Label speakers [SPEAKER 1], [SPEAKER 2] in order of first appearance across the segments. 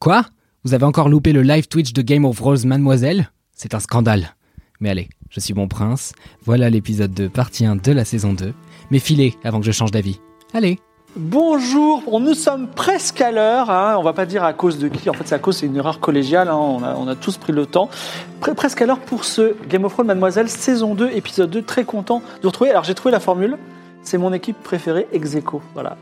[SPEAKER 1] Quoi Vous avez encore loupé le live Twitch de Game of Thrones Mademoiselle C'est un scandale. Mais allez, je suis mon prince. Voilà l'épisode 2, partie 1 de la saison 2. Mais filez avant que je change d'avis. Allez
[SPEAKER 2] Bonjour, on nous sommes presque à l'heure. Hein. On va pas dire à cause de qui. En fait, c'est à cause c'est une erreur collégiale. hein. On, a, on a tous pris le temps. Pre- presque à l'heure pour ce Game of Thrones Mademoiselle saison 2 épisode 2. Très content de retrouver. Alors j'ai trouvé la formule. C'est mon équipe préférée, Execo. Voilà.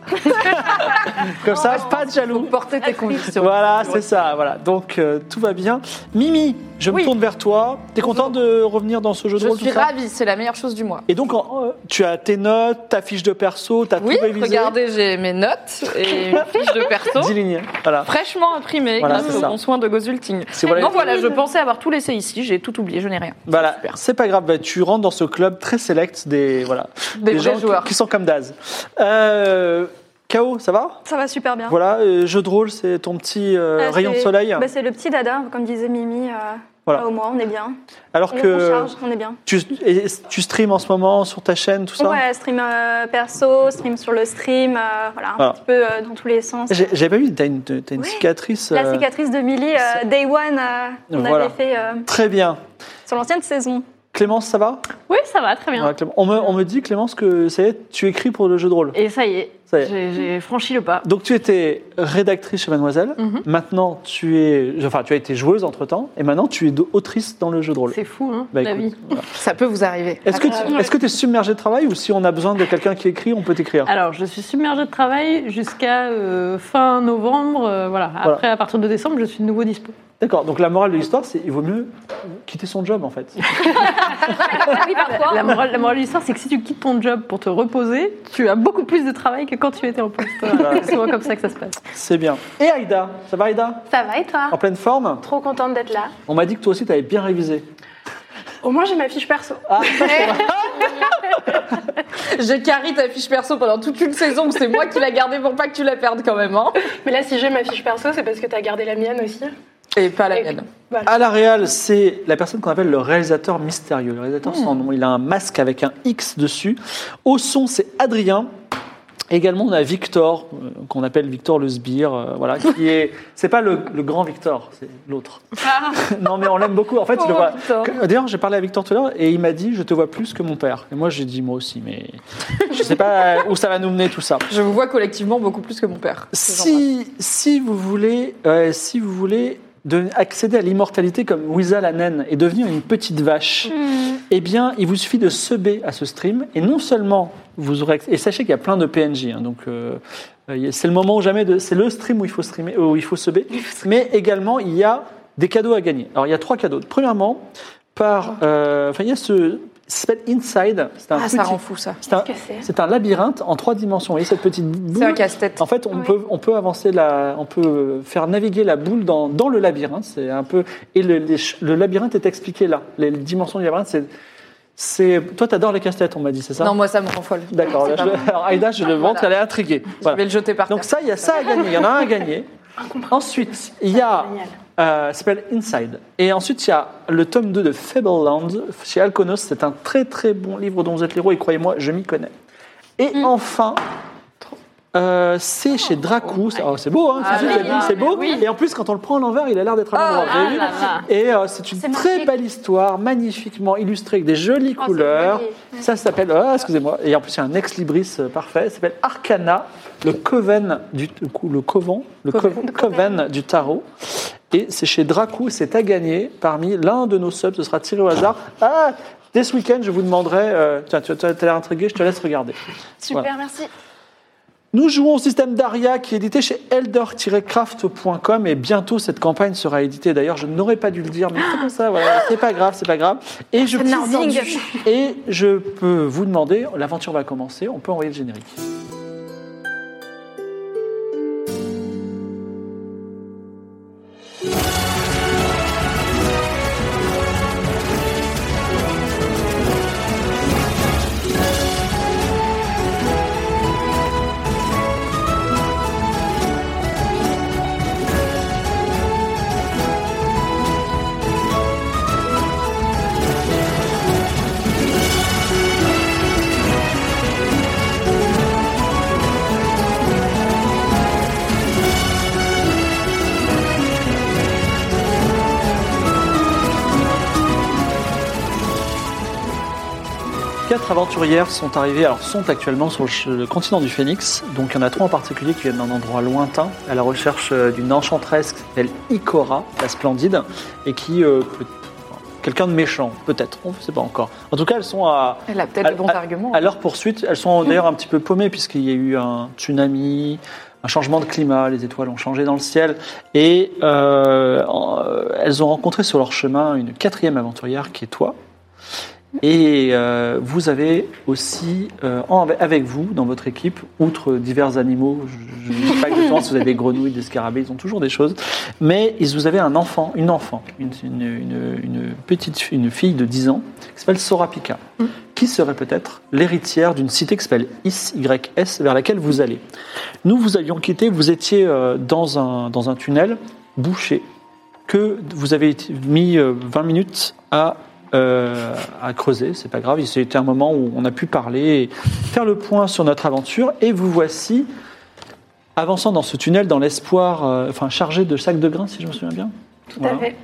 [SPEAKER 2] Comme ça,
[SPEAKER 3] Oh,
[SPEAKER 2] pas de jaloux.
[SPEAKER 3] Porter tes convictions.
[SPEAKER 2] Voilà, c'est ça. Voilà. Donc euh, tout va bien. Mimi, je me
[SPEAKER 3] Oui.
[SPEAKER 2] tourne vers toi. T'es
[SPEAKER 3] Bonjour.
[SPEAKER 2] content de revenir dans ce jeu de
[SPEAKER 3] Je
[SPEAKER 2] rôle
[SPEAKER 3] suis
[SPEAKER 2] tout ça
[SPEAKER 3] ravie, c'est la meilleure chose du mois.
[SPEAKER 2] Et donc, en- euh, tu as tes notes, ta fiche de perso, t'as
[SPEAKER 3] Oui,
[SPEAKER 2] tout révisé.
[SPEAKER 3] regardez, j'ai mes notes et une fiche de perso
[SPEAKER 2] 10 lignes. Voilà.
[SPEAKER 3] fraîchement imprimée
[SPEAKER 2] Voilà,
[SPEAKER 3] grâce
[SPEAKER 2] c'est
[SPEAKER 3] au
[SPEAKER 2] ça.
[SPEAKER 3] bon soin de Gozulting.
[SPEAKER 2] C'est voilà.
[SPEAKER 3] Donc voilà, je pensais avoir tout laissé ici, j'ai tout oublié, je n'ai rien.
[SPEAKER 2] Voilà,
[SPEAKER 3] Super.
[SPEAKER 2] c'est pas grave, bah, tu rentres dans ce club très select des, voilà,
[SPEAKER 3] Des,
[SPEAKER 2] gens
[SPEAKER 3] vrais
[SPEAKER 2] qui-
[SPEAKER 3] joueurs.
[SPEAKER 2] Qui, sont comme Daz. Euh, KO, ça va
[SPEAKER 4] Ça va super bien.
[SPEAKER 2] Voilà, euh, jeu de rôle, c'est ton petit euh,
[SPEAKER 4] Ah,
[SPEAKER 2] rayon de
[SPEAKER 4] c'est-
[SPEAKER 2] soleil.
[SPEAKER 4] bah, C'est le petit dada, comme disait Mimi. euh,
[SPEAKER 2] Voilà.
[SPEAKER 4] là, au moins, on est bien.
[SPEAKER 2] Alors
[SPEAKER 4] On, on
[SPEAKER 2] que
[SPEAKER 4] charge, on est bien.
[SPEAKER 2] tu, et tu streams en ce moment sur ta chaîne, tout ça
[SPEAKER 4] Ouais, stream euh, perso, stream sur le stream, euh, voilà, un
[SPEAKER 2] Voilà.
[SPEAKER 4] petit peu euh, dans tous les sens.
[SPEAKER 2] J'ai- J'avais pas vu, t'as une, t'as une
[SPEAKER 4] Ouais.
[SPEAKER 2] cicatrice.
[SPEAKER 4] La
[SPEAKER 2] euh,
[SPEAKER 4] cicatrice de Millie, euh, Day One, euh, on
[SPEAKER 2] Voilà.
[SPEAKER 4] avait fait euh,
[SPEAKER 2] Très bien.
[SPEAKER 4] sur l'ancienne saison.
[SPEAKER 2] Clémence, ça va
[SPEAKER 5] Oui, ça va, très bien.
[SPEAKER 2] Ouais, Clémence. on, me, on me dit, Clémence, que ça y est, tu écris pour le jeu de rôle.
[SPEAKER 5] Et ça y est,
[SPEAKER 2] Ça y est.
[SPEAKER 5] j'ai- j'ai franchi le pas.
[SPEAKER 2] Donc tu étais rédactrice chez Mademoiselle,
[SPEAKER 5] Mhm.
[SPEAKER 2] maintenant tu es, enfin tu as été joueuse entre temps, et maintenant tu es autrice dans le jeu de rôle.
[SPEAKER 5] C'est fou, hein,
[SPEAKER 2] Bah,
[SPEAKER 5] la
[SPEAKER 2] écoute,
[SPEAKER 5] vie.
[SPEAKER 2] voilà.
[SPEAKER 3] Ça peut vous arriver.
[SPEAKER 2] Est-ce que
[SPEAKER 6] Ah,
[SPEAKER 2] tu est-ce que es submergé de travail ou si on a besoin de quelqu'un qui écrit, on peut t'écrire
[SPEAKER 6] Ah.
[SPEAKER 5] Alors, je suis submergée de travail jusqu'à euh, fin novembre. euh, voilà. Après, à partir de décembre, je suis de nouveau dispo.
[SPEAKER 2] D'accord, donc la morale de l'histoire, c'est il vaut mieux quitter son job en fait.
[SPEAKER 4] oui, parfois.
[SPEAKER 5] La morale, la morale de l'histoire, c'est que si tu quittes ton job pour te reposer, tu as beaucoup plus de travail que quand tu étais en poste. Voilà, C'est souvent comme ça que ça se passe.
[SPEAKER 2] C'est bien. Et Aïda, ça va Aïda
[SPEAKER 6] Ça va et toi
[SPEAKER 2] En pleine forme
[SPEAKER 6] Trop contente d'être là.
[SPEAKER 2] On m'a dit que toi aussi tu avais bien révisé.
[SPEAKER 6] Au moins j'ai ma fiche perso.
[SPEAKER 3] J'ai carré ta fiche perso pendant toute une saison, c'est moi qui la gardée pour pas que tu la perdes quand même, hein.
[SPEAKER 6] Mais là si j'ai ma fiche perso c'est parce que t'as gardé la mienne aussi.
[SPEAKER 3] Et pas la
[SPEAKER 6] Et-
[SPEAKER 3] mienne.
[SPEAKER 2] À la Réal, c'est la personne qu'on appelle le réalisateur mystérieux, le réalisateur sans nom. Il a un masque avec un X dessus. Au son, c'est Adrien. Également, on a Victor, euh, qu'on appelle Victor le sbire, euh, voilà, qui est. C'est pas le, le grand Victor, c'est l'autre. non, mais on l'aime beaucoup. En fait, il le voit. Que- D'ailleurs, j'ai parlé à Victor tout à l'heure et il m'a dit Je te vois plus que mon père. Et moi, j'ai dit Moi aussi, mais je sais pas où ça va nous mener tout ça.
[SPEAKER 3] Je vous vois collectivement beaucoup plus que mon père. ce genre-là.
[SPEAKER 2] Si, si vous voulez, euh, si vous voulez de- accéder à l'immortalité comme Wiza la naine et devenir une petite vache,
[SPEAKER 3] Hmm.
[SPEAKER 2] eh bien, il vous suffit de seber à ce stream. Et non seulement vous aurez. Et sachez qu'il y a plein de PNJ. hein, donc, euh, euh, c'est le moment où jamais de. C'est le stream où il faut, streamer, euh, où il faut seber. Mais également, il y a des cadeaux à gagner. Alors, il y a trois cadeaux. Premièrement, par. euh, Enfin, il y a ce. Ça s'appelle Inside. C'est un
[SPEAKER 3] Oh. Ah, ça
[SPEAKER 2] petit-
[SPEAKER 3] rend fou ça.
[SPEAKER 2] c'est un-
[SPEAKER 6] Qu'est-ce que c'est
[SPEAKER 2] c'est un labyrinthe en trois dimensions. Vous voyez cette petite boule
[SPEAKER 3] C'est un casse-tête.
[SPEAKER 2] en fait, on,
[SPEAKER 6] Ouais.
[SPEAKER 2] peut, on peut avancer, la, on peut faire naviguer la boule dans, dans le labyrinthe. C'est un peu et le, les ch- le labyrinthe est expliqué là. Les dimensions du labyrinthe, c'est, c'est toi, t'adores les casse-têtes, on m'a dit, c'est ça
[SPEAKER 3] Non, moi ça me rend folle.
[SPEAKER 2] D'accord.
[SPEAKER 3] C'est
[SPEAKER 2] là,
[SPEAKER 3] pas
[SPEAKER 2] je-
[SPEAKER 3] vrai.
[SPEAKER 2] alors, Aïda, je le vante,
[SPEAKER 3] Voilà.
[SPEAKER 2] elle est intriguée.
[SPEAKER 3] Je
[SPEAKER 2] Voilà.
[SPEAKER 3] vais le jeter par terre.
[SPEAKER 2] Donc ça, il y a ça à gagner. Il y en a un à gagner. Ensuite, il y a
[SPEAKER 6] Génial.
[SPEAKER 2] euh, ça s'appelle Inside. Et ensuite, il y a le tome 2 de Fableland chez Alconos. C'est un très très bon livre dont vous êtes l'héros et croyez-moi, je m'y connais. Et enfin, euh, c'est chez Dracous. Oh, c'est beau, hein,
[SPEAKER 3] Ah
[SPEAKER 2] c'est-
[SPEAKER 3] là
[SPEAKER 2] c'est-
[SPEAKER 3] là,
[SPEAKER 2] c'est beau.
[SPEAKER 5] mais oui.
[SPEAKER 2] Et en plus, quand on le prend à l'envers, il a l'air d'être à
[SPEAKER 3] Ah
[SPEAKER 2] l'endroit. Vous avez vu
[SPEAKER 5] là là.
[SPEAKER 2] Et euh, c'est une
[SPEAKER 6] C'est
[SPEAKER 2] très
[SPEAKER 6] magnifique.
[SPEAKER 2] belle histoire, magnifiquement illustrée avec des jolies
[SPEAKER 6] Oh, c'est
[SPEAKER 2] couleurs.
[SPEAKER 6] joli.
[SPEAKER 2] Ça s'appelle, ah, excusez-moi, et en plus il y a un ex-libris euh, parfait, ça s'appelle Arcana, le coven du, le coven, le coven, coven du tarot. Et c'est chez Dracou, c'est à gagner parmi l'un de nos subs, ce sera tiré au hasard. Ah, dès ce week-end, je vous demanderai, euh, tiens, tu tu as l'air intrigué, je te laisse regarder.
[SPEAKER 6] Super,
[SPEAKER 2] Voilà.
[SPEAKER 6] merci.
[SPEAKER 2] Nous jouons au système Daria qui est édité chez elder-craft.com et bientôt cette campagne sera éditée. D'ailleurs, je n'aurais pas dû le dire, mais c'est comme ça, voilà. C'est pas grave, c'est pas grave. Et je,
[SPEAKER 6] Teasing.
[SPEAKER 2] et je peux vous demander, l'aventure va commencer, on peut envoyer le générique. quatre aventurières sont arrivées, alors sont actuellement sur le ch- le continent du Phénix. Donc il y en a trois en particulier qui viennent d'un endroit lointain à la recherche euh, d'une enchanteresse qui s'appelle Ikora, la splendide, et qui euh, peut- quelqu'un de méchant, peut-être, on ne sait pas encore. En tout cas, elles sont à,
[SPEAKER 3] Elle a
[SPEAKER 2] À-
[SPEAKER 3] peut-être de bons
[SPEAKER 2] à-
[SPEAKER 3] arguments.
[SPEAKER 2] à leur poursuite, elles sont d'ailleurs un petit peu paumées puisqu'il y a eu un tsunami, un changement de climat, les étoiles ont changé dans le ciel et euh, en- elles ont rencontré sur leur chemin une quatrième aventurière qui est toi. Et euh, vous avez aussi euh, en- avec vous dans votre équipe, outre divers animaux, je ne sais pas exactement si vous avez des grenouilles, des scarabées, ils ont toujours des choses, mais ils, vous avez un enfant, une enfant, une, une- une- une petite une fille de 10 ans qui s'appelle Sorapika qui serait peut-être l'héritière d'une cité qui s'appelle IS-YS, vers laquelle vous allez. Nous vous avions quitté, vous étiez euh, dans un, dans un tunnel bouché que vous avez été- mis euh, 20 minutes à, euh, à creuser, c'est pas grave, c'était un moment où on a pu parler, et faire le point sur notre aventure, et vous voici avançant dans ce tunnel dans l'espoir, euh, enfin chargé de sacs de grains, si je me souviens bien.
[SPEAKER 6] Tout
[SPEAKER 2] Voilà.
[SPEAKER 6] à fait.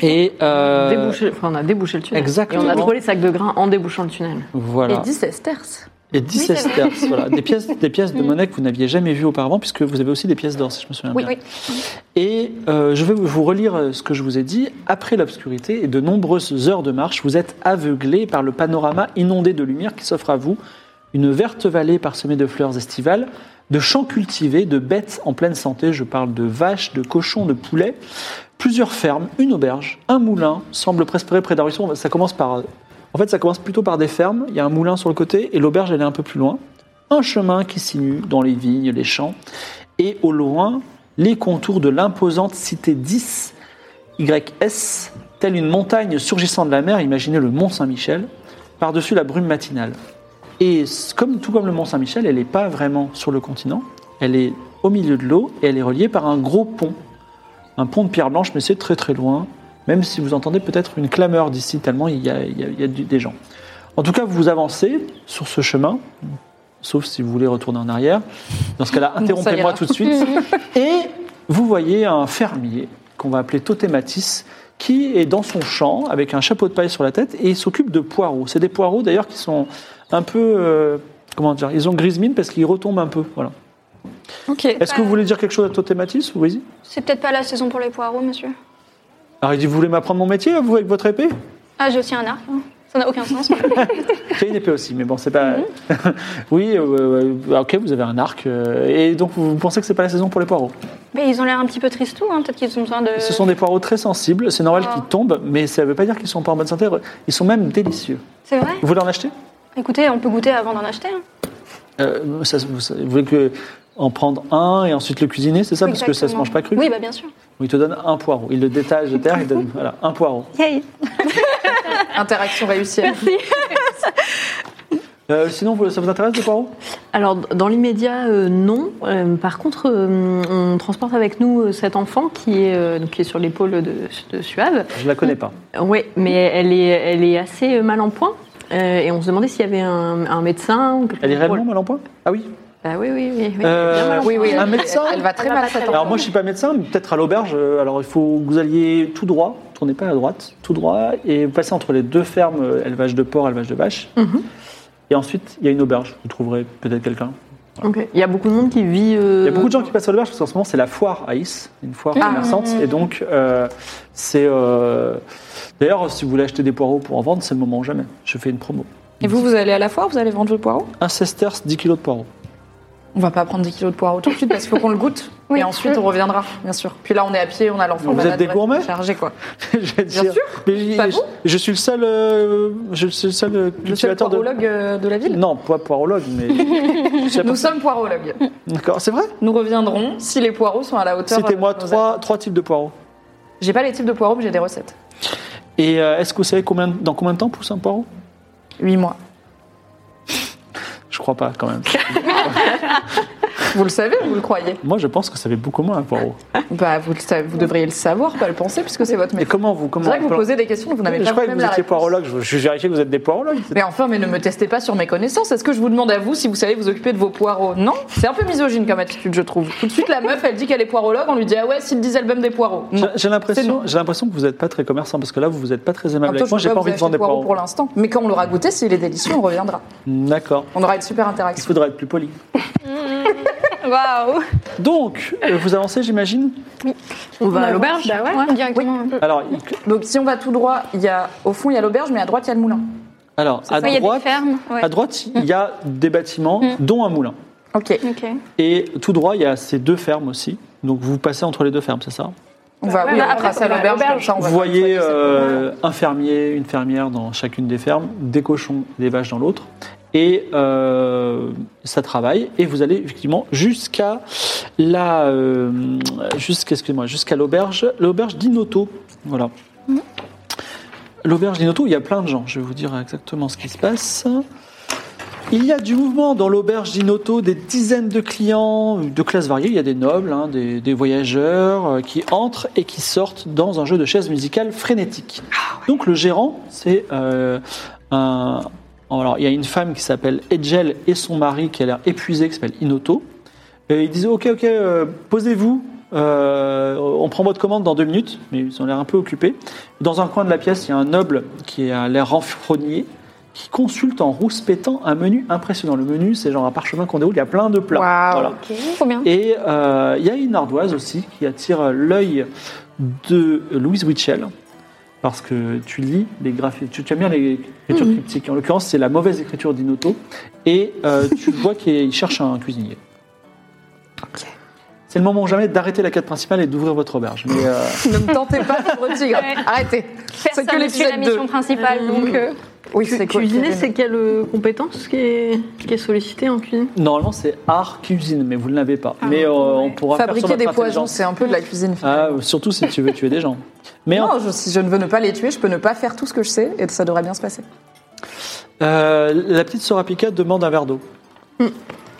[SPEAKER 2] Et euh,
[SPEAKER 5] Débouché- enfin, on a débouché le tunnel.
[SPEAKER 2] Exactement.
[SPEAKER 5] Et on a trouvé les sacs de grains en débouchant le tunnel.
[SPEAKER 2] voilà.
[SPEAKER 3] Et 10 sesterces.
[SPEAKER 2] Et 10
[SPEAKER 6] Oui, c'est vrai.
[SPEAKER 2] sesterces, voilà. Des pièces, des pièces de monnaie que vous n'aviez jamais vues auparavant, puisque vous avez aussi des pièces d'or, si je me souviens
[SPEAKER 6] Oui,
[SPEAKER 2] bien. Et euh, je vais vous relire euh, ce que je vous ai dit. Après l'obscurité et de nombreuses heures de marche, vous êtes aveuglés par le panorama inondé de lumière qui s'offre à vous. Une verte vallée parsemée de fleurs estivales, de champs cultivés, de bêtes en pleine santé. Je parle de vaches, de cochons, de poulets. Plusieurs fermes, une auberge, un moulin semble prospérer près d'un ruisseau. Ça commence par. En fait, ça commence plutôt par des fermes. Il y a un moulin sur le côté et l'auberge, elle est un peu plus loin. Un chemin qui sinue dans les vignes, les champs. Et au loin, les contours de l'imposante cité 10 YS, telle une montagne surgissant de la mer, imaginez le Mont Saint-Michel, par-dessus la brume matinale. Et c- comme, tout comme le Mont Saint-Michel, elle n'est pas vraiment sur le continent, elle est au milieu de l'eau et elle est reliée par un gros pont. Un pont de pierre blanche, mais c'est très très loin, même si vous entendez peut-être une clameur d'ici, tellement il y a, il y a- il y a du- des gens. En tout cas, vous avancez sur ce chemin, sauf si vous voulez retourner en arrière. Dans ce cas-là, interrompez-moi
[SPEAKER 3] ira.
[SPEAKER 2] tout de suite. Et vous voyez un fermier qu'on va appeler Totematis qui est dans son champ avec un chapeau de paille sur la tête et il s'occupe de poireaux. C'est des poireaux d'ailleurs qui sont un peu euh, comment dire, ils ont grise mine parce qu'ils retombent un peu. Voilà.
[SPEAKER 4] Ok.
[SPEAKER 2] Est-ce que vous voulez dire quelque chose à Totematis ou vas-y
[SPEAKER 4] C'est peut-être pas la saison pour les poireaux, monsieur.
[SPEAKER 2] Alors il dit vous voulez m'apprendre mon métier vous avec votre épée
[SPEAKER 4] Ah, j'ai aussi un arc. hein. Ça n'a aucun sens.
[SPEAKER 2] J'ai une épée aussi mais bon c'est pas. oui euh, euh, ok vous avez un arc euh, et donc vous pensez que c'est pas la saison pour les poireaux.
[SPEAKER 4] Mais ils ont l'air un petit peu tristous, hein. peut-être qu'ils ont besoin
[SPEAKER 7] Euh.
[SPEAKER 4] de.
[SPEAKER 2] Ce sont des poireaux très sensibles c'est normal
[SPEAKER 4] Ah.
[SPEAKER 2] qu'ils tombent mais ça veut pas dire qu'ils sont pas en bonne santé ils sont même délicieux.
[SPEAKER 4] C'est vrai
[SPEAKER 2] Vous voulez en acheter
[SPEAKER 4] Écoutez, on peut goûter avant d'en acheter. hein.
[SPEAKER 2] Euh, ça- vous, ça- vous voulez que en prendre un et ensuite le cuisiner, c'est ça Parce que ça se
[SPEAKER 4] Exactement.
[SPEAKER 2] mange pas cru
[SPEAKER 4] Oui, bah bien sûr.
[SPEAKER 2] Il te donne un poireau. Il le détache de terre, il donne voilà, un poireau.
[SPEAKER 3] Interaction réussie.
[SPEAKER 2] Euh, sinon, vous- ça vous intéresse, le poireau
[SPEAKER 5] Alors, d- dans l'immédiat, euh, non. Euh, par contre, euh, on transporte avec nous euh, cet enfant qui est, euh, donc, qui est sur l'épaule de, de Suave.
[SPEAKER 2] Je la connais pas.
[SPEAKER 5] Oui, mais elle est, elle est assez euh, mal en point. Euh, et on se demandait s'il y avait un, un médecin. ou quelque
[SPEAKER 2] Elle est
[SPEAKER 5] chose
[SPEAKER 2] réellement
[SPEAKER 5] pour-
[SPEAKER 2] mal en point Ah oui
[SPEAKER 5] Bah oui, oui, oui. oui.
[SPEAKER 2] Euh,
[SPEAKER 5] Bien mal en point.
[SPEAKER 3] Oui, oui.
[SPEAKER 2] Un
[SPEAKER 3] elle-
[SPEAKER 2] médecin
[SPEAKER 3] Elle va très mal cette
[SPEAKER 2] Alors moi, je suis pas médecin, mais peut-être à l'auberge. euh, Alors il faut que vous alliez tout droit, tournez pas à droite, tout droit, et vous passez entre les deux fermes, euh, élevage de porc, élevage de vaches.
[SPEAKER 5] Mhm.
[SPEAKER 2] Et ensuite, il y a une auberge. Vous trouverez peut-être quelqu'un.
[SPEAKER 5] Ok. Il y a beaucoup de monde qui vit. euh,
[SPEAKER 2] Il y
[SPEAKER 3] Euh,
[SPEAKER 2] a beaucoup de gens qui passent à l'auberge parce qu'en ce moment c'est la foire à Is, une foire
[SPEAKER 3] Ah.
[SPEAKER 2] commerçante. Et donc, euh, c'est. euh, D'ailleurs, si vous voulez acheter des poireaux pour en vendre, c'est le moment ou jamais. Je fais une promo.
[SPEAKER 3] Et vous, vous allez à la foire, vous allez vendre vos poireaux
[SPEAKER 2] Un sesterce, 10 kilos de poireaux.
[SPEAKER 3] On va pas prendre 10 kilos de poireaux tout de suite parce qu'il faut qu'on le goûte.
[SPEAKER 4] Oui.
[SPEAKER 3] Et ensuite, on reviendra, bien sûr. Puis là, on est à pied, on a l'enfant.
[SPEAKER 2] Vous
[SPEAKER 3] malade,
[SPEAKER 2] êtes des
[SPEAKER 3] bref,
[SPEAKER 2] gourmets
[SPEAKER 3] Chargé, quoi.
[SPEAKER 2] je vais
[SPEAKER 3] Bien
[SPEAKER 2] dire.
[SPEAKER 3] sûr,
[SPEAKER 2] Mais je,
[SPEAKER 3] pas
[SPEAKER 2] je-
[SPEAKER 3] vous
[SPEAKER 2] je suis le seul. euh, je suis le seul euh,
[SPEAKER 3] Le seul
[SPEAKER 2] cultivateur de.
[SPEAKER 3] poirologue euh, de la ville.
[SPEAKER 2] Non, pas poirologue, mais. je sais pas.
[SPEAKER 3] Nous sommes poirologues.
[SPEAKER 2] D'accord, c'est vrai
[SPEAKER 3] Nous reviendrons si les poireaux sont à la hauteur. euh,
[SPEAKER 2] C'était moi
[SPEAKER 3] de nos
[SPEAKER 2] trois, trois types de poireaux.
[SPEAKER 3] attentes. J'ai pas les types de poireaux, mais j'ai des recettes.
[SPEAKER 2] Et euh, est-ce que vous savez combien, dans combien de temps pousse un poireau
[SPEAKER 3] 8 mois.
[SPEAKER 2] Je crois pas, quand même.
[SPEAKER 8] Vous le savez ou vous le croyez
[SPEAKER 2] Moi, je pense que ça fait beaucoup moins un poireau.
[SPEAKER 8] Bah, vous, le savez, vous devriez le savoir, pas le penser, puisque c'est votre
[SPEAKER 2] Mais
[SPEAKER 8] métier.
[SPEAKER 2] comment vous comment
[SPEAKER 8] C'est vrai que vous posez des questions que vous n'avez
[SPEAKER 2] Je
[SPEAKER 8] pas
[SPEAKER 2] croyais que
[SPEAKER 8] vous-même
[SPEAKER 2] vous
[SPEAKER 8] la
[SPEAKER 2] étiez
[SPEAKER 8] réponse.
[SPEAKER 2] poirologue. Je, je vérifie que vous êtes des poirologues.
[SPEAKER 8] Mais enfin, mais ne me testez pas sur mes connaissances. Est-ce que je vous demande à vous si vous savez vous occuper de vos poireaux Non C'est un peu misogyne comme attitude, je trouve. Tout de suite, la meuf, elle dit qu'elle est poirologue. On lui dit Ah ouais, s'il disait albums des poireaux.
[SPEAKER 2] J'ai-
[SPEAKER 8] Non.
[SPEAKER 2] J'ai l'impression,
[SPEAKER 8] non.
[SPEAKER 2] j'ai l'impression que vous n'êtes pas très commerçant parce que là, vous n'êtes pas très
[SPEAKER 8] En
[SPEAKER 2] aimable.
[SPEAKER 8] même temps,
[SPEAKER 2] Avec moi,
[SPEAKER 8] je
[SPEAKER 2] j'ai
[SPEAKER 8] peux
[SPEAKER 2] pas
[SPEAKER 8] vous
[SPEAKER 2] envie de
[SPEAKER 8] acheter
[SPEAKER 2] vendre des
[SPEAKER 8] poireaux pour
[SPEAKER 2] poireaux.
[SPEAKER 8] l'instant. Mais quand on l'aura goûté, s'il est délicieux, on reviendra.
[SPEAKER 2] D'accord.
[SPEAKER 8] On aura une super
[SPEAKER 2] Il
[SPEAKER 8] interaction.
[SPEAKER 2] faudra être plus poli.
[SPEAKER 7] Waouh
[SPEAKER 2] Donc, euh, vous avancez, j'imagine.
[SPEAKER 5] On va à l'auberge
[SPEAKER 9] Bah ouais.
[SPEAKER 4] hein.
[SPEAKER 7] Directement.
[SPEAKER 8] Euh.
[SPEAKER 2] Alors, il-
[SPEAKER 8] Donc si on va tout droit, il y a au fond il y a l'auberge, mais à droite il y a le moulin.
[SPEAKER 2] alors à
[SPEAKER 7] Ça, il y a des
[SPEAKER 2] droite,
[SPEAKER 7] fermes. Ouais.
[SPEAKER 2] à droite, il y a des bâtiments,
[SPEAKER 8] Mm.
[SPEAKER 2] dont un moulin.
[SPEAKER 8] Ok.
[SPEAKER 7] Ok.
[SPEAKER 2] Et tout droit, il y a ces deux fermes aussi. Donc, vous passez entre les deux fermes, c'est ça
[SPEAKER 8] On va,
[SPEAKER 9] ouais,
[SPEAKER 8] oui,
[SPEAKER 9] bah,
[SPEAKER 8] on
[SPEAKER 9] après,
[SPEAKER 8] trace à
[SPEAKER 9] on va à
[SPEAKER 8] l'auberge. comme
[SPEAKER 9] l'auberge.
[SPEAKER 8] ça, on va
[SPEAKER 2] Vous
[SPEAKER 8] faire une
[SPEAKER 2] voyez
[SPEAKER 8] fois que c'est
[SPEAKER 2] euh, un fermier, une fermière dans chacune des fermes, des cochons, des vaches dans l'autre. Et euh, ça travaille. Et vous allez effectivement jusqu'à la, euh, jusqu'à- excusez-moi, jusqu'à l'auberge, l'auberge d'Inoto. Voilà.
[SPEAKER 8] Mhm.
[SPEAKER 2] L'auberge d'Inoto, il y a plein de gens. Je vais vous dire exactement ce qui se passe. Il y a du mouvement dans l'auberge d'Inoto, des dizaines de clients de classes variées. Il y a des nobles, hein, des, des voyageurs euh, qui entrent et qui sortent dans un jeu de chaises musicales frénétique. Donc le gérant, c'est euh, un. Alors il y a une femme qui s'appelle Edgel et son mari qui a l'air épuisé, qui s'appelle Inoto. Et ils disent Ok, ok, euh, posez-vous. euh, on prend votre commande dans deux minutes, mais ils ont l'air un peu occupés. Dans un coin de la pièce, il y a un noble qui a l'air renfrogné qui consulte en rouspétant un menu impressionnant. Le menu, c'est genre un parchemin qu'on déroule, il y a plein de plats.
[SPEAKER 8] Waouh.
[SPEAKER 2] Voilà.
[SPEAKER 7] Trop bien.
[SPEAKER 2] Et euh, il y a une ardoise aussi qui attire l'œil de Louise Witchell. Parce que tu lis les graphiques, tu, tu aimes bien les écritures
[SPEAKER 8] Mhm.
[SPEAKER 2] cryptiques. En l'occurrence, c'est la mauvaise écriture d'Inoto. Et euh, tu vois qu'il cherche un cuisinier. C'est le moment jamais d'arrêter la quête principale et d'ouvrir votre auberge. Mais, euh,
[SPEAKER 8] Ne me tentez pas, pauvre tigre. Arrêtez.
[SPEAKER 7] Personne
[SPEAKER 8] C'est que
[SPEAKER 7] ne suit la
[SPEAKER 8] l'épisode 2.
[SPEAKER 7] mission principale, donc. euh,
[SPEAKER 8] Oui,
[SPEAKER 5] Cu-
[SPEAKER 8] c'est quoi
[SPEAKER 5] Cuisiner,
[SPEAKER 8] Kevin
[SPEAKER 5] c'est quelle euh, compétence qui est, qui est sollicitée en cuisine
[SPEAKER 2] normalement, c'est art cuisine, mais vous ne l'avez pas.
[SPEAKER 5] Ah,
[SPEAKER 2] mais euh, on
[SPEAKER 5] ouais.
[SPEAKER 2] pourra faire sur
[SPEAKER 8] Fabriquer des
[SPEAKER 2] votre
[SPEAKER 8] poisons,
[SPEAKER 2] intelligence.
[SPEAKER 8] c'est un peu de la cuisine.
[SPEAKER 2] Ah, surtout si tu veux tuer des gens. Mais en-
[SPEAKER 8] non, je- si je ne veux ne pas les tuer, je peux ne pas faire tout ce que je sais et ça devrait bien se passer.
[SPEAKER 2] euh, la petite Sorapika demande un verre d'eau.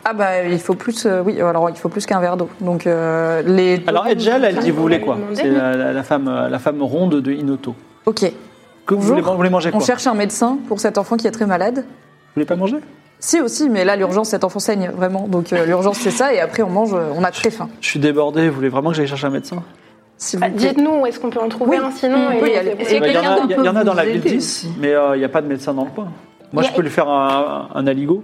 [SPEAKER 8] Ah bah il faut plus, euh, oui, alors il faut plus qu'un verre d'eau. Donc euh, les.
[SPEAKER 2] Alors Edgel, elle dit vous voulez quoi
[SPEAKER 9] On va lui
[SPEAKER 2] C'est la, la- la femme, euh, la femme ronde de Inoto.
[SPEAKER 8] Ok.
[SPEAKER 2] Que vous
[SPEAKER 8] Bonjour.
[SPEAKER 2] voulez, vous voulez manger
[SPEAKER 8] On
[SPEAKER 2] quoi
[SPEAKER 8] cherche un médecin pour cet enfant qui est très malade.
[SPEAKER 2] Vous voulez pas manger
[SPEAKER 8] Si aussi, mais là l'urgence, cet enfant saigne vraiment. Donc euh, l'urgence c'est ça et après on mange, euh, on a très faim.
[SPEAKER 2] Je suis débordé. Vous voulez vraiment que j'aille chercher un médecin
[SPEAKER 8] S'il
[SPEAKER 9] Ah,
[SPEAKER 8] vous plaît.
[SPEAKER 9] Dites-nous, est-ce qu'on peut en trouver
[SPEAKER 8] Oui.
[SPEAKER 9] un sinon
[SPEAKER 8] Mm,
[SPEAKER 9] et-
[SPEAKER 8] oui, allez.
[SPEAKER 9] et-
[SPEAKER 7] Est-ce
[SPEAKER 2] Eh ben, Il y en a-
[SPEAKER 7] quelqu'un
[SPEAKER 2] il y,
[SPEAKER 5] peut
[SPEAKER 2] en a
[SPEAKER 5] vous
[SPEAKER 2] dans la ville
[SPEAKER 5] aider
[SPEAKER 2] 10,
[SPEAKER 5] aussi
[SPEAKER 2] mais euh, il n'y a pas de médecin dans le coin. Moi,
[SPEAKER 7] Il y
[SPEAKER 2] je
[SPEAKER 7] a-
[SPEAKER 2] peux lui faire un, un aligot.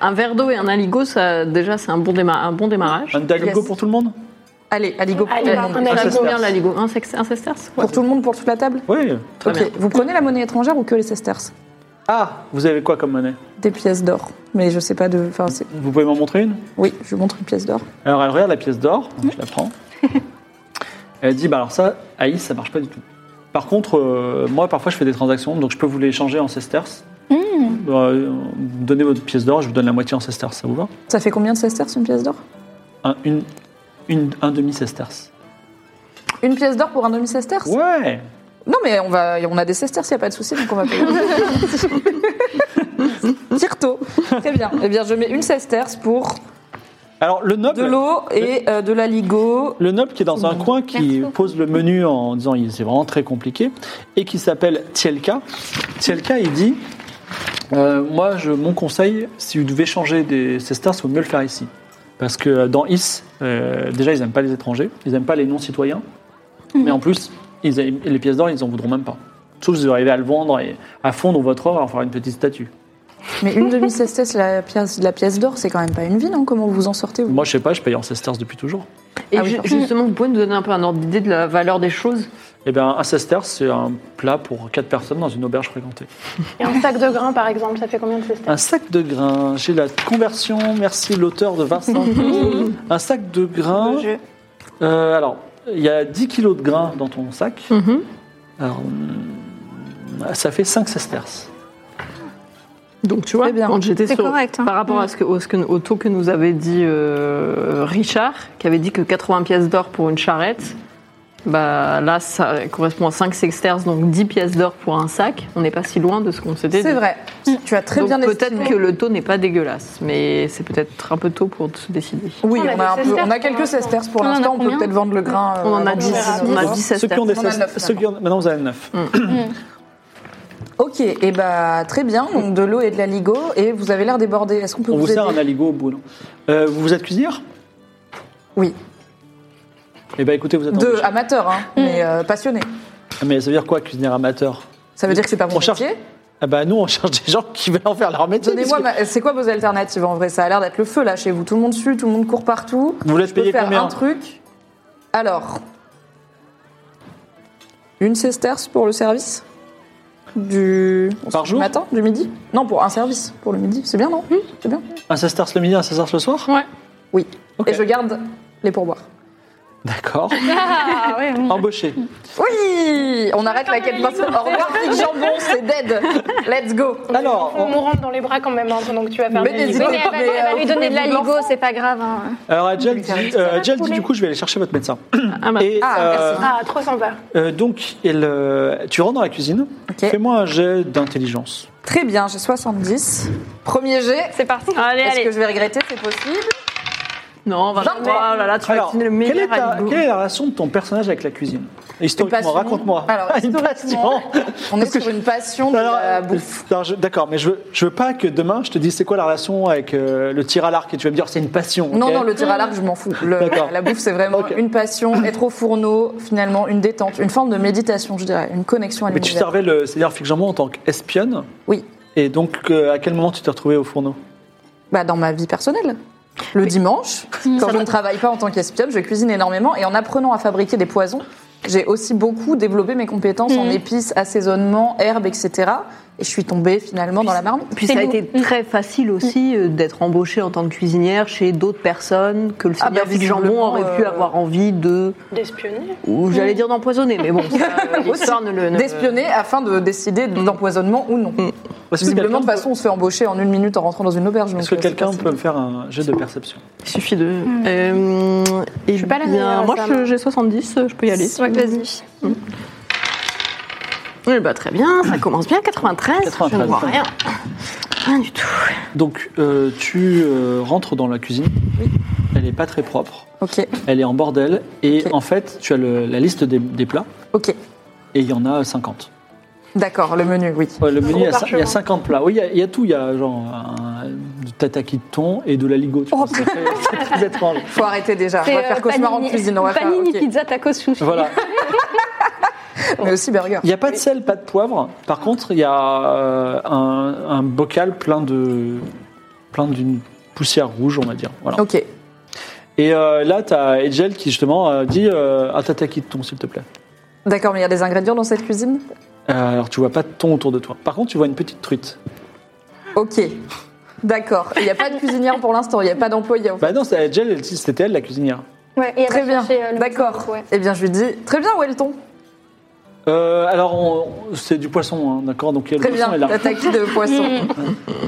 [SPEAKER 5] Un verre d'eau et un aligot, ça, déjà, c'est un, bon déma- un bon démarrage.
[SPEAKER 2] Un aligot
[SPEAKER 8] Yes.
[SPEAKER 2] pour tout le monde
[SPEAKER 8] Allez, Aligo pour,
[SPEAKER 9] Allez,
[SPEAKER 8] tout le
[SPEAKER 9] on
[SPEAKER 8] monde.
[SPEAKER 9] a
[SPEAKER 2] Ah, ça
[SPEAKER 9] la
[SPEAKER 2] se
[SPEAKER 5] Combien
[SPEAKER 2] passe.
[SPEAKER 5] l'aligot Un, sex- un sesterce
[SPEAKER 8] pour tout le monde, pour toute la table.
[SPEAKER 2] Oui.
[SPEAKER 5] Très
[SPEAKER 8] ok.
[SPEAKER 5] bien.
[SPEAKER 8] Vous prenez la monnaie étrangère ou que les sesterces
[SPEAKER 2] Ah, vous avez quoi comme monnaie
[SPEAKER 8] Des pièces d'or. Mais je sais pas de. Enfin, c'est-
[SPEAKER 2] Vous pouvez m'en montrer une
[SPEAKER 8] oui, je vous montre une pièce d'or.
[SPEAKER 2] Alors elle regarde la pièce d'or, donc je la prends. Elle dit bah alors ça, Aïs, ça marche pas du tout. Par contre, euh, moi parfois je fais des transactions, donc je peux vous les changer en sesterces. Euh, donnez votre pièce d'or, je vous donne la moitié en sesterces, ça vous va
[SPEAKER 8] Ça fait combien de sesterces une pièce d'or
[SPEAKER 2] un, une, une, un demi sesterce.
[SPEAKER 8] Une pièce d'or pour un demi sesterce
[SPEAKER 2] Ouais.
[SPEAKER 8] Non, mais on, va, on a des sesterces, il n'y a pas de souci, donc on va payer. Tirto. Très bien. Eh bien, je mets une sesterce pour
[SPEAKER 2] Alors le
[SPEAKER 8] de
[SPEAKER 2] noble,
[SPEAKER 8] l'eau et euh, de l'aligo.
[SPEAKER 2] le noble qui est dans un coin qui pose le menu en disant il- c'est vraiment très compliqué et qui s'appelle Tielka. Tielka, il dit Euh, moi, je, mon conseil, si vous devez changer des sesterces, il vaut mieux le faire ici. Parce que dans Is, euh, déjà, ils n'aiment pas les étrangers, ils n'aiment pas les non-citoyens. Mais en plus, ils aiment- les pièces d'or, ils n'en voudront même pas. Sauf si vous arrivez à le vendre et à fondre votre or et en faire une petite statue.
[SPEAKER 8] Mais une demi sesterce, la pièce, la pièce d'or, c'est quand même pas une vie, non Comment vous vous en sortez vous
[SPEAKER 2] Moi, je sais pas, je paye en sesterces depuis toujours.
[SPEAKER 5] Et
[SPEAKER 8] Ah oui,
[SPEAKER 5] ju-
[SPEAKER 8] pardon.
[SPEAKER 5] justement, vous pouvez nous donner un peu un ordre d'idée de la valeur des choses
[SPEAKER 2] Eh bien, un sesterce, c'est un plat pour quatre personnes dans une auberge fréquentée.
[SPEAKER 9] Et un sac de grains, par exemple, ça fait combien de sesterces
[SPEAKER 2] Un sac de grains, j'ai la conversion, merci l'auteur de Vincent. un sac de grains.
[SPEAKER 7] Le jeu.
[SPEAKER 2] Euh, alors, il y a 10 kilos de grains dans ton sac.
[SPEAKER 5] Mhm.
[SPEAKER 2] Alors, hum, ça fait 5 sesterces.
[SPEAKER 5] Donc tu vois,
[SPEAKER 8] C'est bien.
[SPEAKER 5] quand j'étais
[SPEAKER 7] C'est
[SPEAKER 5] sur...
[SPEAKER 7] correct, hein.
[SPEAKER 5] Par rapport à ce que, au, ce que- au taux que nous avait dit euh, Richard, qui avait dit que 80 pièces d'or pour une charrette, Bah, là, ça correspond à 5 sexters, donc 10 pièces d'or pour un sac. On n'est pas si loin de ce qu'on s'était dit.
[SPEAKER 8] C'est vrai. Tu as très
[SPEAKER 5] Mm. Donc
[SPEAKER 8] bien
[SPEAKER 5] peut-être
[SPEAKER 8] estimé.
[SPEAKER 5] que le taux n'est pas dégueulasse, mais c'est peut-être un peu tôt pour se décider.
[SPEAKER 8] Oui,
[SPEAKER 6] On a
[SPEAKER 8] on a,
[SPEAKER 6] des
[SPEAKER 8] un peu- on
[SPEAKER 6] sesterces
[SPEAKER 8] a
[SPEAKER 6] pour
[SPEAKER 8] quelques
[SPEAKER 6] l'instant.
[SPEAKER 8] sesterces pour
[SPEAKER 4] On en a
[SPEAKER 8] l'instant. On peut
[SPEAKER 4] combien
[SPEAKER 8] peut-être vendre le grain. euh,
[SPEAKER 5] On en a
[SPEAKER 8] avant de
[SPEAKER 5] 10,
[SPEAKER 8] faire
[SPEAKER 5] on a
[SPEAKER 8] un-
[SPEAKER 5] 10
[SPEAKER 2] Ceux qui ont des
[SPEAKER 8] On en a
[SPEAKER 2] ceux-
[SPEAKER 8] neuf,
[SPEAKER 2] ceux qui ont- Maintenant, vous en avez 9.
[SPEAKER 8] Ok, et bah très bien. Donc de l'eau et de la ligo, et vous avez l'air débordé. Est-ce qu'on peut
[SPEAKER 2] On vous
[SPEAKER 8] vous aider
[SPEAKER 2] sert un aligot au bout. non Euh, vous vous êtes cuisinière
[SPEAKER 8] Oui,
[SPEAKER 2] Eh bien, écoutez, vous êtes
[SPEAKER 8] de
[SPEAKER 2] embauchée.
[SPEAKER 8] amateur, hein,
[SPEAKER 6] Mm.
[SPEAKER 8] mais euh, passionné.
[SPEAKER 2] Mais ça veut dire quoi, cuisinière amateur
[SPEAKER 8] Ça veut dire que c'est pas mon
[SPEAKER 2] On cherche-
[SPEAKER 8] métier.
[SPEAKER 2] Ah bah nous, on cherche des gens qui veulent en faire leur métier.
[SPEAKER 8] Donnez-moi,
[SPEAKER 2] parce
[SPEAKER 8] ma- c'est quoi vos alternatives en vrai Ça a l'air d'être le feu là chez vous. Tout le monde suit, tout le monde court partout.
[SPEAKER 2] Vous voulez
[SPEAKER 8] Je peux
[SPEAKER 2] payer
[SPEAKER 8] faire
[SPEAKER 2] combien
[SPEAKER 8] un truc. Alors, une sesterce pour le service du
[SPEAKER 2] Par
[SPEAKER 8] du
[SPEAKER 2] jour
[SPEAKER 8] matin, du midi. Non, pour un service, pour le midi. C'est bien, non C'est bien.
[SPEAKER 2] que Un sesterce le midi, un sesterce le soir
[SPEAKER 8] Oui.
[SPEAKER 2] Ok.
[SPEAKER 8] Et je garde les pourboires.
[SPEAKER 2] D'accord.
[SPEAKER 4] Ah, ouais.
[SPEAKER 2] Embauché.
[SPEAKER 8] Oui, on arrête la quête principale. Au revoir, fric jambon, c'est dead. Let's go.
[SPEAKER 2] Alors,
[SPEAKER 6] On
[SPEAKER 2] on-
[SPEAKER 6] me rentre dans les bras quand même hein, pendant que tu vas faire
[SPEAKER 8] Mais euh,
[SPEAKER 6] de
[SPEAKER 8] des
[SPEAKER 6] la ligo.
[SPEAKER 4] Oui,
[SPEAKER 8] idées.
[SPEAKER 4] Ah, mais elle va, elle va lui donner de la ligo, c'est pas grave. hein.
[SPEAKER 2] alors Adjel dit,
[SPEAKER 8] service,
[SPEAKER 2] euh, Adjel dit, du coup, je vais aller chercher votre médecin.
[SPEAKER 5] Ah, bah,
[SPEAKER 2] Et,
[SPEAKER 8] Ah,
[SPEAKER 2] euh,
[SPEAKER 6] Ah, 300 balles.
[SPEAKER 2] euh, donc, il, euh, tu rentres dans la cuisine.
[SPEAKER 8] Ok.
[SPEAKER 2] Fais-moi un jet d'intelligence.
[SPEAKER 8] Très bien, j'ai 70. Premier jet.
[SPEAKER 4] C'est parti.
[SPEAKER 5] Allez,
[SPEAKER 8] Est-ce
[SPEAKER 5] allez.
[SPEAKER 8] que je vais regretter C'est possible.
[SPEAKER 5] Non, 23, oh là là, tu vas
[SPEAKER 2] Alors,
[SPEAKER 5] cuisiner le
[SPEAKER 2] quelle est,
[SPEAKER 5] meilleur
[SPEAKER 2] ta-
[SPEAKER 5] aligot.
[SPEAKER 2] quelle est la relation de ton personnage avec la cuisine Historiquement,
[SPEAKER 8] passion.
[SPEAKER 2] raconte-moi. Ah,
[SPEAKER 8] Alors,
[SPEAKER 2] une passion.
[SPEAKER 8] On
[SPEAKER 2] Parce
[SPEAKER 8] est
[SPEAKER 2] que
[SPEAKER 8] sur une passion de
[SPEAKER 2] Alors,
[SPEAKER 8] la
[SPEAKER 2] euh,
[SPEAKER 8] bouffe.
[SPEAKER 2] alors, je- D'accord, mais je veux, je veux pas que demain je te dise c'est quoi la relation avec euh, le tir à l'arc et tu vas me dire c'est une passion.
[SPEAKER 8] Non,
[SPEAKER 2] ok
[SPEAKER 8] non, le tir à l'arc, je m'en fous. Le-
[SPEAKER 2] D'accord.
[SPEAKER 8] la bouffe, c'est vraiment
[SPEAKER 2] Ok.
[SPEAKER 8] une passion, être au fourneau, finalement, une détente, une forme de méditation, je dirais, une connexion à
[SPEAKER 2] Mais tu
[SPEAKER 8] l'univers.
[SPEAKER 2] servais le Seigneur Fix Jambon en tant qu'espionne
[SPEAKER 8] Oui,
[SPEAKER 2] et donc euh, à quel moment tu t'es retrouvé au fourneau
[SPEAKER 8] bah, dans ma vie personnelle. Le dimanche,
[SPEAKER 5] Mmh,
[SPEAKER 8] quand je ne travaille pas en tant qu'espionne, je cuisine énormément et en apprenant à fabriquer des poisons, j'ai aussi beaucoup développé mes compétences
[SPEAKER 5] Mmh.
[SPEAKER 8] en épices, assaisonnement, herbes, etc. Et je suis tombée finalement dans la marmite.
[SPEAKER 5] Puis ça a été très facile aussi euh, d'être embauchée en tant que cuisinière chez d'autres personnes que le
[SPEAKER 8] Ah, bah,
[SPEAKER 5] seigneur Vic Jambon
[SPEAKER 8] visiblement,
[SPEAKER 5] aurait pu
[SPEAKER 8] euh,
[SPEAKER 5] avoir envie de,
[SPEAKER 6] D'espionner.
[SPEAKER 5] ou j'allais dire d'empoisonner, mais bon, ça, euh,
[SPEAKER 8] Aussi,
[SPEAKER 5] l'histoire ne le... ne-
[SPEAKER 8] D'espionner afin de décider de l'empoisonnement ou non.
[SPEAKER 2] Est-ce que
[SPEAKER 8] Visiblement, de toute
[SPEAKER 2] quelqu'un
[SPEAKER 8] façon, on se fait embaucher en une minute en rentrant dans une auberge.
[SPEAKER 2] peut-
[SPEAKER 8] donc,
[SPEAKER 2] est-ce que
[SPEAKER 8] euh, c'est
[SPEAKER 2] quelqu'un
[SPEAKER 8] facile.
[SPEAKER 2] peut me faire un jet de perception
[SPEAKER 5] Il suffit de... Euh, et je
[SPEAKER 6] suis pas la meilleure à
[SPEAKER 5] Moi,
[SPEAKER 6] ça,
[SPEAKER 5] je-
[SPEAKER 6] non.
[SPEAKER 5] j'ai 70, je peux y aller.
[SPEAKER 4] Ouais, vas-y.
[SPEAKER 5] Eh bah, très bien, ça commence bien, 93, je
[SPEAKER 2] 93,
[SPEAKER 5] ne vois
[SPEAKER 2] très
[SPEAKER 5] rien. Rien du tout.
[SPEAKER 2] Donc euh, tu euh, rentres dans la cuisine. Elle est pas très propre.
[SPEAKER 8] Ok,
[SPEAKER 2] Elle est en bordel et
[SPEAKER 8] Ok.
[SPEAKER 2] en fait tu as le- la liste des, des plats
[SPEAKER 8] ok.
[SPEAKER 2] et il y en a 50.
[SPEAKER 8] D'accord, le menu, oui.
[SPEAKER 2] Ouais, le menu, il y, a, cin- il y a
[SPEAKER 6] parchemin.
[SPEAKER 2] 50 plats. Oui, il y, a- il y a tout. Il y a genre un- du tataki de thon et de la ligo. tu vois. C'est très- c'est très étrange.
[SPEAKER 8] Faut arrêter déjà. On va
[SPEAKER 7] euh,
[SPEAKER 8] faire cauchemar en cuisine. On va faire.
[SPEAKER 4] euh, panini
[SPEAKER 8] ok.
[SPEAKER 4] pizza tacos sushi.
[SPEAKER 2] Voilà.
[SPEAKER 8] Mais aussi burger.
[SPEAKER 2] Il n'y a pas de sel, pas de poivre. Par contre, il y a euh, un, un bocal plein de plein d'une poussière rouge, on va dire. Voilà.
[SPEAKER 8] Ok.
[SPEAKER 2] Et euh, là, tu as Edgel qui justement euh, dit euh, un tataki de thon, s'il te plaît.
[SPEAKER 8] D'accord, mais il y a des ingrédients dans cette cuisine
[SPEAKER 2] Euh, alors, tu vois pas de thon autour de toi. Par contre, tu vois une petite truite.
[SPEAKER 8] Ok. D'accord. Il n'y a pas de cuisinière pour l'instant. Il n'y a pas d'employé. en fait.
[SPEAKER 2] Bah non, c'est Edgel, elle- c'était elle la cuisinière.
[SPEAKER 6] Ouais, et elle
[SPEAKER 8] Très
[SPEAKER 6] va
[SPEAKER 8] bien.
[SPEAKER 6] chercher, euh, le
[SPEAKER 8] D'accord.
[SPEAKER 6] petit, ouais.
[SPEAKER 8] Eh bien, je lui dis très bien, où est le thon
[SPEAKER 2] Euh, alors, on- c'est du poisson, hein, d'accord Donc, il y a le
[SPEAKER 8] Très
[SPEAKER 2] poisson
[SPEAKER 8] bien,
[SPEAKER 2] est là.
[SPEAKER 8] tataki de poisson.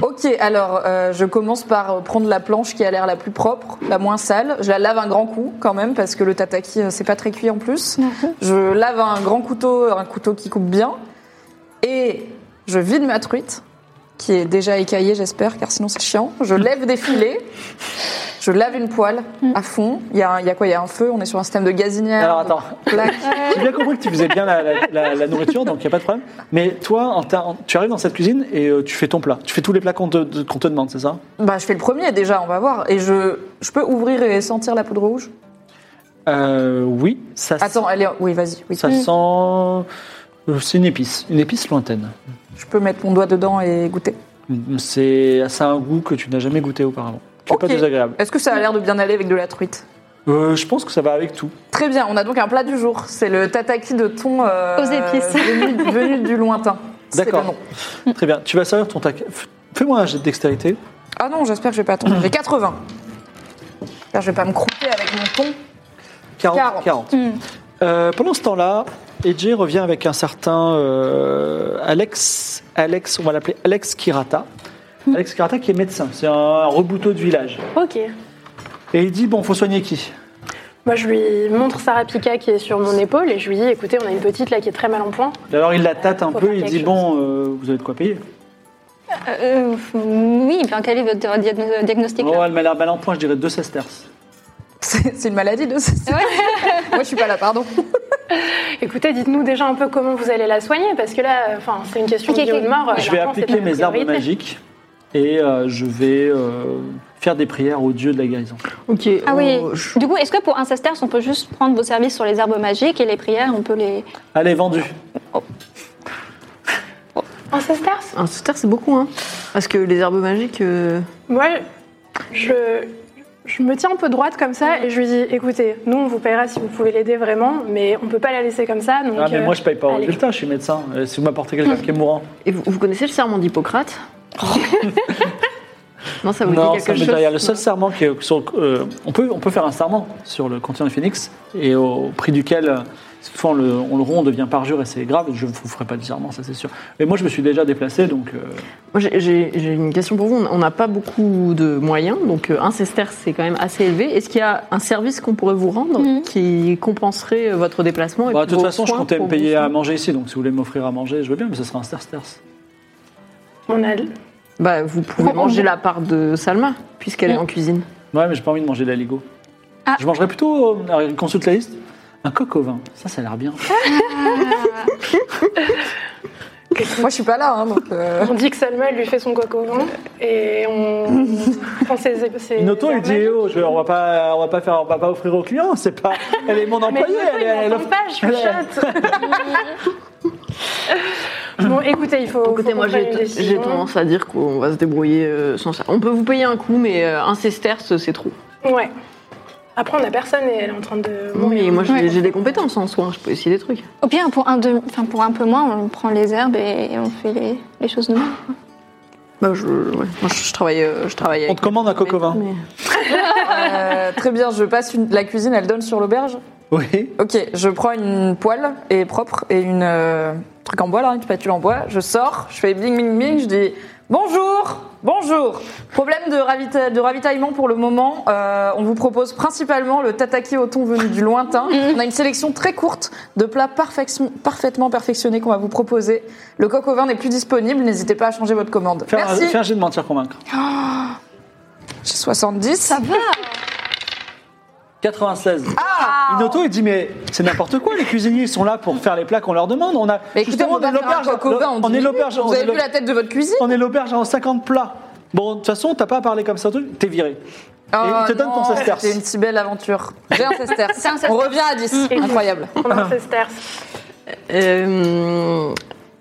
[SPEAKER 8] ok, alors euh, je commence par euh, prendre la planche qui a l'air la plus propre, la moins sale. Je la lave un grand coup quand même, parce que le tataki, euh, c'est pas très cuit en plus. je lave un grand couteau, euh, un couteau qui coupe bien. Et je vide ma truite, qui est déjà écaillée, j'espère, car sinon c'est chiant. Je lève des filets. Je lave une poêle à fond. Il y, a un- il y a quoi Il y a un feu, on est sur un système de gazinière.
[SPEAKER 2] Alors,
[SPEAKER 8] de
[SPEAKER 2] attends.
[SPEAKER 8] plaques.
[SPEAKER 2] J'ai bien compris que tu faisais bien la, la- la- la nourriture, donc il n'y a pas de problème. Mais toi, en ta- en- tu arrives dans cette cuisine et euh, tu fais ton plat. Tu fais tous les plats qu'on te, de- qu'on te demande, c'est ça
[SPEAKER 8] Bah, je fais le premier déjà, on va voir. Et je, je peux ouvrir et sentir la poudre rouge
[SPEAKER 2] Euh, Oui, ça, s-
[SPEAKER 8] Attends, elle est... Oui, vas-y. Oui.
[SPEAKER 2] ça sent... euh, C'est une épice, une épice lointaine.
[SPEAKER 8] Je peux mettre mon doigt dedans et goûter.
[SPEAKER 2] C'est ça a un goût que tu n'as jamais goûté auparavant. Qui n'est pas
[SPEAKER 8] Ok.
[SPEAKER 2] désagréable.
[SPEAKER 8] Est-ce que ça a l'air de bien aller avec de la truite
[SPEAKER 2] Euh, je pense que ça va avec tout.
[SPEAKER 8] Très bien, on a donc un plat du jour. C'est le tataki de thon euh,
[SPEAKER 4] Aux épices.
[SPEAKER 8] venu, venu du lointain. C'est le
[SPEAKER 2] D'accord.
[SPEAKER 8] nom.
[SPEAKER 2] Très bien. Tu vas servir ton tac. F- Fais-moi un jet de dextérité.
[SPEAKER 8] Ah non, j'espère que je vais pas tomber. J'ai 80. J'espère que je vais pas me croûter avec mon thon.
[SPEAKER 2] 40.
[SPEAKER 8] 40.
[SPEAKER 2] 40.
[SPEAKER 6] Hmm.
[SPEAKER 2] Euh, pendant ce temps-là, Edge revient avec un certain euh, Alex, Alex, on va l'appeler Alex Kirata.
[SPEAKER 6] Hmm.
[SPEAKER 2] Alex Kirata qui est médecin, c'est un rebouteau de village.
[SPEAKER 6] Ok.
[SPEAKER 2] Et il dit, bon, faut soigner qui
[SPEAKER 6] Moi, je lui montre Sarapika qui est sur mon épaule et je lui dis écoutez, on a une petite là qui est très mal en point.
[SPEAKER 2] Alors il la tâte un
[SPEAKER 6] Faut
[SPEAKER 2] peu,
[SPEAKER 6] faire
[SPEAKER 2] il
[SPEAKER 6] quelque
[SPEAKER 2] dit
[SPEAKER 6] chose.
[SPEAKER 2] Bon, euh, vous avez de quoi payer
[SPEAKER 4] Euh, euh, oui, bien quel est votre diagno- diagnostic
[SPEAKER 2] Oh,
[SPEAKER 4] là
[SPEAKER 2] elle m'a l'air mal en point, je dirais deux sesterces.
[SPEAKER 8] C'est c'est une maladie de ça. Moi, je suis pas là, pardon.
[SPEAKER 6] Écoutez, dites-nous déjà un peu comment vous allez la soigner parce que là, enfin, c'est une question
[SPEAKER 4] Ok,
[SPEAKER 6] de vie
[SPEAKER 4] ok.
[SPEAKER 6] ou de mort.
[SPEAKER 2] je vais
[SPEAKER 6] L'argent, c'est
[SPEAKER 2] appliquer
[SPEAKER 6] notre
[SPEAKER 2] mes arbres
[SPEAKER 6] priorité.
[SPEAKER 2] magiques et euh, je vais euh, faire des prières au dieu de la guérison.
[SPEAKER 5] Ok.
[SPEAKER 7] oh,
[SPEAKER 4] Ah oui.
[SPEAKER 5] on- oh, je-
[SPEAKER 4] Du coup, est-ce que pour un sesterce, on peut juste prendre vos services sur les herbes magiques et les prières, on peut les.
[SPEAKER 2] Allez, vendu.
[SPEAKER 6] Un sesterce
[SPEAKER 5] Un sesterce, c'est beaucoup, hein. Parce que les herbes magiques. euh,
[SPEAKER 6] Moi, je, je me tiens un peu droite comme ça et je lui dis écoutez, nous, on vous paiera si vous pouvez l'aider vraiment, mais on peut pas la laisser comme ça. Donc,
[SPEAKER 2] ah, mais
[SPEAKER 6] euh,
[SPEAKER 2] moi je paye pas au
[SPEAKER 6] allez.
[SPEAKER 2] résultat, je suis médecin. Euh, si vous m'apportez quelqu'un qui est mourant,
[SPEAKER 5] Et vous, vous connaissez le serment d'Hippocrate Non, ça vous
[SPEAKER 2] non,
[SPEAKER 5] dit
[SPEAKER 2] ça
[SPEAKER 5] quelque
[SPEAKER 2] me
[SPEAKER 5] chose
[SPEAKER 2] dit rien. Le seul serment qui est sur le- euh, on, peut, on peut faire un serment sur le continent du Phoenix et au prix duquel, euh, souvent on le, on le rompt, on devient parjure et c'est grave. Je ne vous ferai pas de serment, ça c'est sûr. Mais moi je me suis déjà déplacé donc. euh,
[SPEAKER 5] Moi, j'ai- J'ai j'ai une question pour vous. On- On n'a pas beaucoup de moyens, donc euh, un sesterce, c'est quand même assez élevé. Est-ce qu'il y a un service qu'on pourrait vous rendre
[SPEAKER 4] Mhm.
[SPEAKER 5] qui compenserait euh, votre déplacement et
[SPEAKER 2] bah,
[SPEAKER 5] puis
[SPEAKER 2] de toute
[SPEAKER 5] vos
[SPEAKER 2] façon, je
[SPEAKER 5] soins
[SPEAKER 2] comptais
[SPEAKER 5] pour
[SPEAKER 2] me payer
[SPEAKER 5] vous
[SPEAKER 2] à manger ici donc si vous voulez m'offrir à manger, je veux bien, mais ce sera un sterce-sterce.
[SPEAKER 6] on a,
[SPEAKER 5] Bah, vous pouvez
[SPEAKER 6] On-
[SPEAKER 5] manger
[SPEAKER 6] on-
[SPEAKER 5] la part de Salma, puisqu'elle est
[SPEAKER 6] Mmh.
[SPEAKER 5] en cuisine.
[SPEAKER 2] Ouais, mais j'ai pas envie de manger de la Ligo.
[SPEAKER 4] Ah.
[SPEAKER 2] Je mangerais plutôt, euh, alors, consulte la liste, un coq au vin. Ça, ça a l'air bien.
[SPEAKER 8] Moi, je suis pas là, hein, donc. euh,
[SPEAKER 6] on dit que Salma elle lui fait son coq au vin et on prend ses. ses
[SPEAKER 2] Inoto, il dit
[SPEAKER 6] armes.
[SPEAKER 2] eh oh, je- on va pas, on va pas faire, on va pas offrir aux clients. C'est pas, elle est mon
[SPEAKER 6] Mais
[SPEAKER 2] employée.
[SPEAKER 6] Inoto,
[SPEAKER 2] elle,
[SPEAKER 6] il
[SPEAKER 2] elle
[SPEAKER 6] m'entend
[SPEAKER 2] offre-
[SPEAKER 6] pas, je suis chatte. bon, écoutez, il faut.
[SPEAKER 5] Écoutez,
[SPEAKER 6] faut
[SPEAKER 5] moi,
[SPEAKER 6] qu'on prenne une
[SPEAKER 5] j'ai j'ai
[SPEAKER 6] décision.
[SPEAKER 5] tendance à dire qu'on va se débrouiller euh, sans ça. On peut vous payer un coup, mais euh, un sesterce, c'est trop.
[SPEAKER 6] Ouais. Après, on a personne et elle est en train de
[SPEAKER 5] Oui,
[SPEAKER 6] mourir.
[SPEAKER 5] mais moi, j'ai
[SPEAKER 4] Ouais.
[SPEAKER 5] j'ai des compétences en soins, je peux essayer des trucs.
[SPEAKER 4] Au pire, pour un, demi- enfin, pour un peu moins, on prend les herbes et on fait les, les choses nous-mêmes.
[SPEAKER 5] Bah, je, ouais. Moi, je, je travaille, euh, je travaille
[SPEAKER 2] On
[SPEAKER 5] avec...
[SPEAKER 2] te commande un coq au vin.
[SPEAKER 5] Mais-
[SPEAKER 8] euh, très bien, je passe une- la cuisine, elle donne sur l'auberge.
[SPEAKER 2] Oui.
[SPEAKER 8] Ok, je prends une poêle et propre et une euh, truc en bois là, une spatule en bois. Je sors, je fais bing bing bing, je dis bonjour, bonjour. Problème de, ravita- de ravitaillement pour le moment. euh, on vous propose principalement le tataki au thon venu du lointain. On a une sélection très courte de plats perfection- parfaitement perfectionnés qu'on va vous proposer. Le coq au vin n'est plus disponible, n'hésitez pas à changer votre commande.
[SPEAKER 2] Faire, un-
[SPEAKER 8] Merci.
[SPEAKER 2] faire un jet de mentir convaincre.
[SPEAKER 8] J'ai 70.
[SPEAKER 2] 96.
[SPEAKER 8] Ah.
[SPEAKER 2] Inoto, il dit mais c'est n'importe quoi. Les cuisiniers ils sont là pour faire les plats qu'on leur demande. On a.
[SPEAKER 8] Mais écoutez,
[SPEAKER 2] justement,
[SPEAKER 8] on va
[SPEAKER 2] est
[SPEAKER 8] faire un coq au vin.
[SPEAKER 2] on
[SPEAKER 8] en dix
[SPEAKER 2] est
[SPEAKER 8] minutes.
[SPEAKER 2] l'auberge. on
[SPEAKER 8] Vous
[SPEAKER 2] est
[SPEAKER 8] avez vu
[SPEAKER 2] l'auberge-
[SPEAKER 8] la tête de votre cuisine
[SPEAKER 2] On est l'auberge en 50 plats. Bon, de toute façon, t'as pas à parler comme ça. T'es viré. Et
[SPEAKER 8] Oh
[SPEAKER 2] on te donne ton sesterce.
[SPEAKER 8] C'était une si belle aventure. J'ai un Mm, sesterce.
[SPEAKER 4] C'est un sesterce.
[SPEAKER 8] On revient à 10. Incroyable.
[SPEAKER 6] On a un sesterce.
[SPEAKER 5] Euh,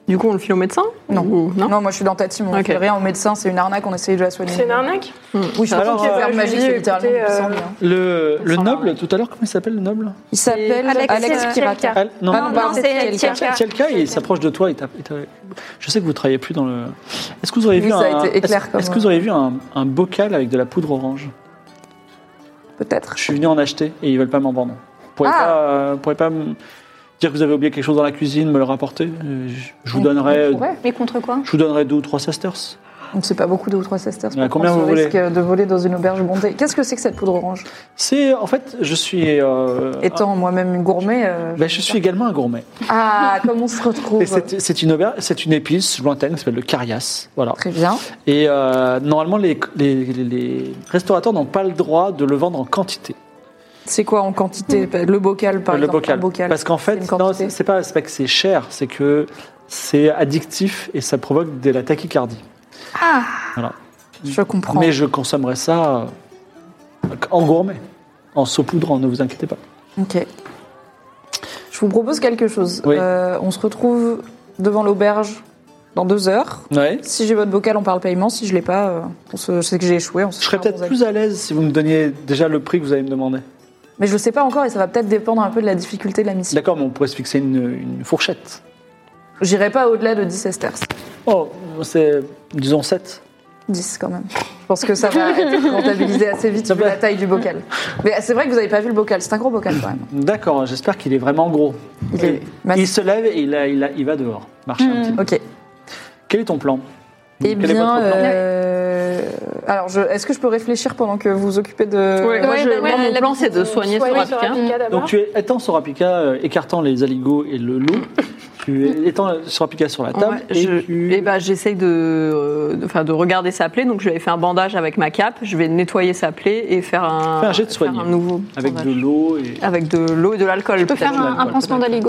[SPEAKER 5] du coup, on le file au médecin
[SPEAKER 8] Non.
[SPEAKER 5] Ou-
[SPEAKER 8] Non,
[SPEAKER 5] non
[SPEAKER 8] moi je suis dans ta team. On
[SPEAKER 5] Ok.
[SPEAKER 8] fait rien au médecin, c'est une arnaque, on essaye de la soigner.
[SPEAKER 6] C'est une arnaque
[SPEAKER 5] Hmm,
[SPEAKER 8] Oui, je
[SPEAKER 2] Alors,
[SPEAKER 8] pense que
[SPEAKER 2] euh,
[SPEAKER 8] les armes
[SPEAKER 6] je
[SPEAKER 8] magiques,
[SPEAKER 6] dis,
[SPEAKER 8] c'est littéralement
[SPEAKER 6] écoutez,
[SPEAKER 8] puissant,
[SPEAKER 6] euh,
[SPEAKER 8] mais, hein.
[SPEAKER 2] Le, le noble, tout à l'heure, comment il s'appelle le noble
[SPEAKER 8] Il s'appelle
[SPEAKER 4] Alex-
[SPEAKER 8] Alex,
[SPEAKER 4] euh,
[SPEAKER 8] Kiraka.
[SPEAKER 2] Al- Non,
[SPEAKER 8] Ah non, pardon,
[SPEAKER 4] c'est
[SPEAKER 8] c'est Kiraka.
[SPEAKER 4] Kiraka.
[SPEAKER 2] C'est le cas, il s'approche de toi. il t'a- il t'a- je sais que vous travaillez plus dans le. Est-ce que vous auriez
[SPEAKER 8] Oui,
[SPEAKER 2] vu
[SPEAKER 8] ça a
[SPEAKER 2] un.
[SPEAKER 8] été éclair
[SPEAKER 2] est-ce-
[SPEAKER 8] comme-
[SPEAKER 2] est-ce que vous auriez vu un, un bocal avec de la poudre orange
[SPEAKER 8] Peut-être.
[SPEAKER 2] Je suis venu en acheter et ils veulent pas m'en vendre. Vous pourriez
[SPEAKER 8] Ah.
[SPEAKER 2] pas, euh, vous pourriez pas me dire que vous avez oublié quelque chose dans la cuisine, me le rapporter Euh, Je je vous donnerai. euh,
[SPEAKER 8] Ouais.
[SPEAKER 4] Mais contre quoi
[SPEAKER 2] Je vous donnerai deux ou trois sesterces.
[SPEAKER 8] Donc c'est pas beaucoup, deux ou trois sesterces.
[SPEAKER 2] Mais à
[SPEAKER 8] pour
[SPEAKER 2] combien
[SPEAKER 8] prendre
[SPEAKER 2] vous
[SPEAKER 8] ce
[SPEAKER 2] voulez
[SPEAKER 8] risque de voler dans une auberge bondée. Qu'est-ce que c'est que cette poudre orange
[SPEAKER 2] C'est en fait, je suis. euh,
[SPEAKER 8] Étant moi-même une gourmet. euh,
[SPEAKER 2] un- ben, je suis également un gourmet.
[SPEAKER 8] Ah, comme on se retrouve.
[SPEAKER 2] Et c'est c'est une auberge, c'est une épice lointaine qui s'appelle le carias. Voilà.
[SPEAKER 8] Très bien.
[SPEAKER 2] Et euh, normalement, les, les- les- les restaurateurs n'ont pas le droit de le vendre en quantité.
[SPEAKER 8] C'est quoi en quantité Le bocal, par
[SPEAKER 2] Hmm. le
[SPEAKER 8] exemple.
[SPEAKER 2] bocal.
[SPEAKER 8] un
[SPEAKER 2] Parce qu'en
[SPEAKER 8] c'est une
[SPEAKER 2] fait,
[SPEAKER 8] quantité.
[SPEAKER 2] non, c'est c'est pas, c'est pas que c'est cher, c'est que c'est addictif et ça provoque de la tachycardie.
[SPEAKER 8] Je comprends.
[SPEAKER 2] Mais je consommerai ça euh, en gourmet, en saupoudrant, ne vous inquiétez pas.
[SPEAKER 8] Ok. Je vous propose quelque chose.
[SPEAKER 2] Oui.
[SPEAKER 8] Euh, on se retrouve devant l'auberge dans deux heures.
[SPEAKER 2] Ouais.
[SPEAKER 8] Si j'ai votre bocal, on parle paiement. Si je l'ai pas, euh, on se- je sais que j'ai échoué. On se
[SPEAKER 2] Je serais
[SPEAKER 8] fait un
[SPEAKER 2] peut-être
[SPEAKER 8] bon
[SPEAKER 2] plus à l'aise si vous me donniez déjà le prix que vous allez me demander.
[SPEAKER 8] avis. Mais je le sais pas encore et ça va peut-être dépendre un peu de la difficulté de la mission.
[SPEAKER 2] D'accord, mais on pourrait se fixer une, une fourchette.
[SPEAKER 8] J'irai pas au-delà de 10 esters.
[SPEAKER 2] Oh, c'est, disons 7.
[SPEAKER 8] 10 quand même. Je pense que ça va être comptabilisé assez vite vu la taille du bocal. Mais c'est vrai que vous avez pas vu le bocal. C'est un gros bocal quand même.
[SPEAKER 2] D'accord, j'espère qu'il est vraiment gros.
[SPEAKER 8] Il est
[SPEAKER 2] Il
[SPEAKER 8] massif. Mm.
[SPEAKER 2] se lève et il, a- il a- il va dehors, marcher un petit peu.
[SPEAKER 8] Ok.
[SPEAKER 2] Quel est ton plan
[SPEAKER 8] Eh
[SPEAKER 2] Quel est votre
[SPEAKER 8] bien,
[SPEAKER 2] plan
[SPEAKER 8] euh, alors, je- est-ce que je peux réfléchir pendant que vous vous occupez de...
[SPEAKER 5] Ouais, moi,
[SPEAKER 4] Ouais,
[SPEAKER 5] je-
[SPEAKER 4] bah
[SPEAKER 5] moi,
[SPEAKER 4] ouais,
[SPEAKER 5] mon
[SPEAKER 4] la
[SPEAKER 5] plan,
[SPEAKER 4] petite-
[SPEAKER 5] c'est de soigner
[SPEAKER 4] soigner
[SPEAKER 5] Soraka.
[SPEAKER 4] Soraka.
[SPEAKER 2] Donc tu es étant Sorapika, euh, écartant les aligots et le loup, tu es étant Sorapika sur la table,
[SPEAKER 5] Ouais,
[SPEAKER 2] et
[SPEAKER 5] je-
[SPEAKER 2] tu...
[SPEAKER 5] eh ben, j'essaye de, euh, de- enfin, de regarder sa plaie. Donc, je lui avais fait un bandage avec ma cape. Je vais nettoyer sa plaie et faire un,
[SPEAKER 2] Fais un jet de soigner.
[SPEAKER 5] faire un nouveau
[SPEAKER 2] avec de
[SPEAKER 5] bandage.
[SPEAKER 2] l'eau et...
[SPEAKER 5] Avec de l'eau et de l'alcool.
[SPEAKER 4] Je peux faire
[SPEAKER 5] peut-être.
[SPEAKER 4] un, un pansement d'aligo.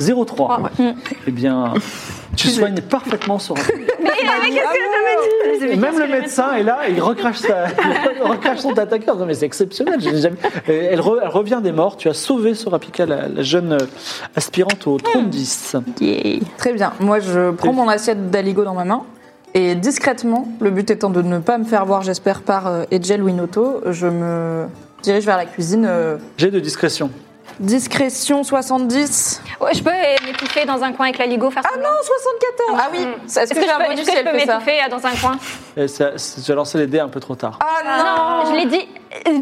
[SPEAKER 2] 0,3. Eh bien, tu soignes parfaitement Sorapika. Même le médecin est là, il recrache, sa, il recrache son attaqueur. Non, mais c'est exceptionnel. je n'ai jamais- Euh, Elle, re- elle revient des morts. Tu as sauvé Sorapika, la, la jeune euh, aspirante au
[SPEAKER 8] Hmm.
[SPEAKER 2] trône 10.
[SPEAKER 8] Très bien. Moi, je prends mon assiette d'aligo dans ma main. Et discrètement, le but étant de ne pas me faire voir, j'espère, par euh, Edgel ou Inoto, je me dirige vers la cuisine. euh,
[SPEAKER 2] J'ai de discrétion.
[SPEAKER 8] discrétion 70.
[SPEAKER 7] Ouais, je peux euh, m'étouffer dans un coin avec l'aligo, faire
[SPEAKER 8] Ah non, 74 Ah oui Est-ce
[SPEAKER 7] Est-ce que, je peux, est-ce que je peux m'étouffer euh, dans un coin
[SPEAKER 2] Et ça- c'est- Tu as lancé les dés un peu trop tard.
[SPEAKER 8] Ah non
[SPEAKER 7] Je l'ai dit.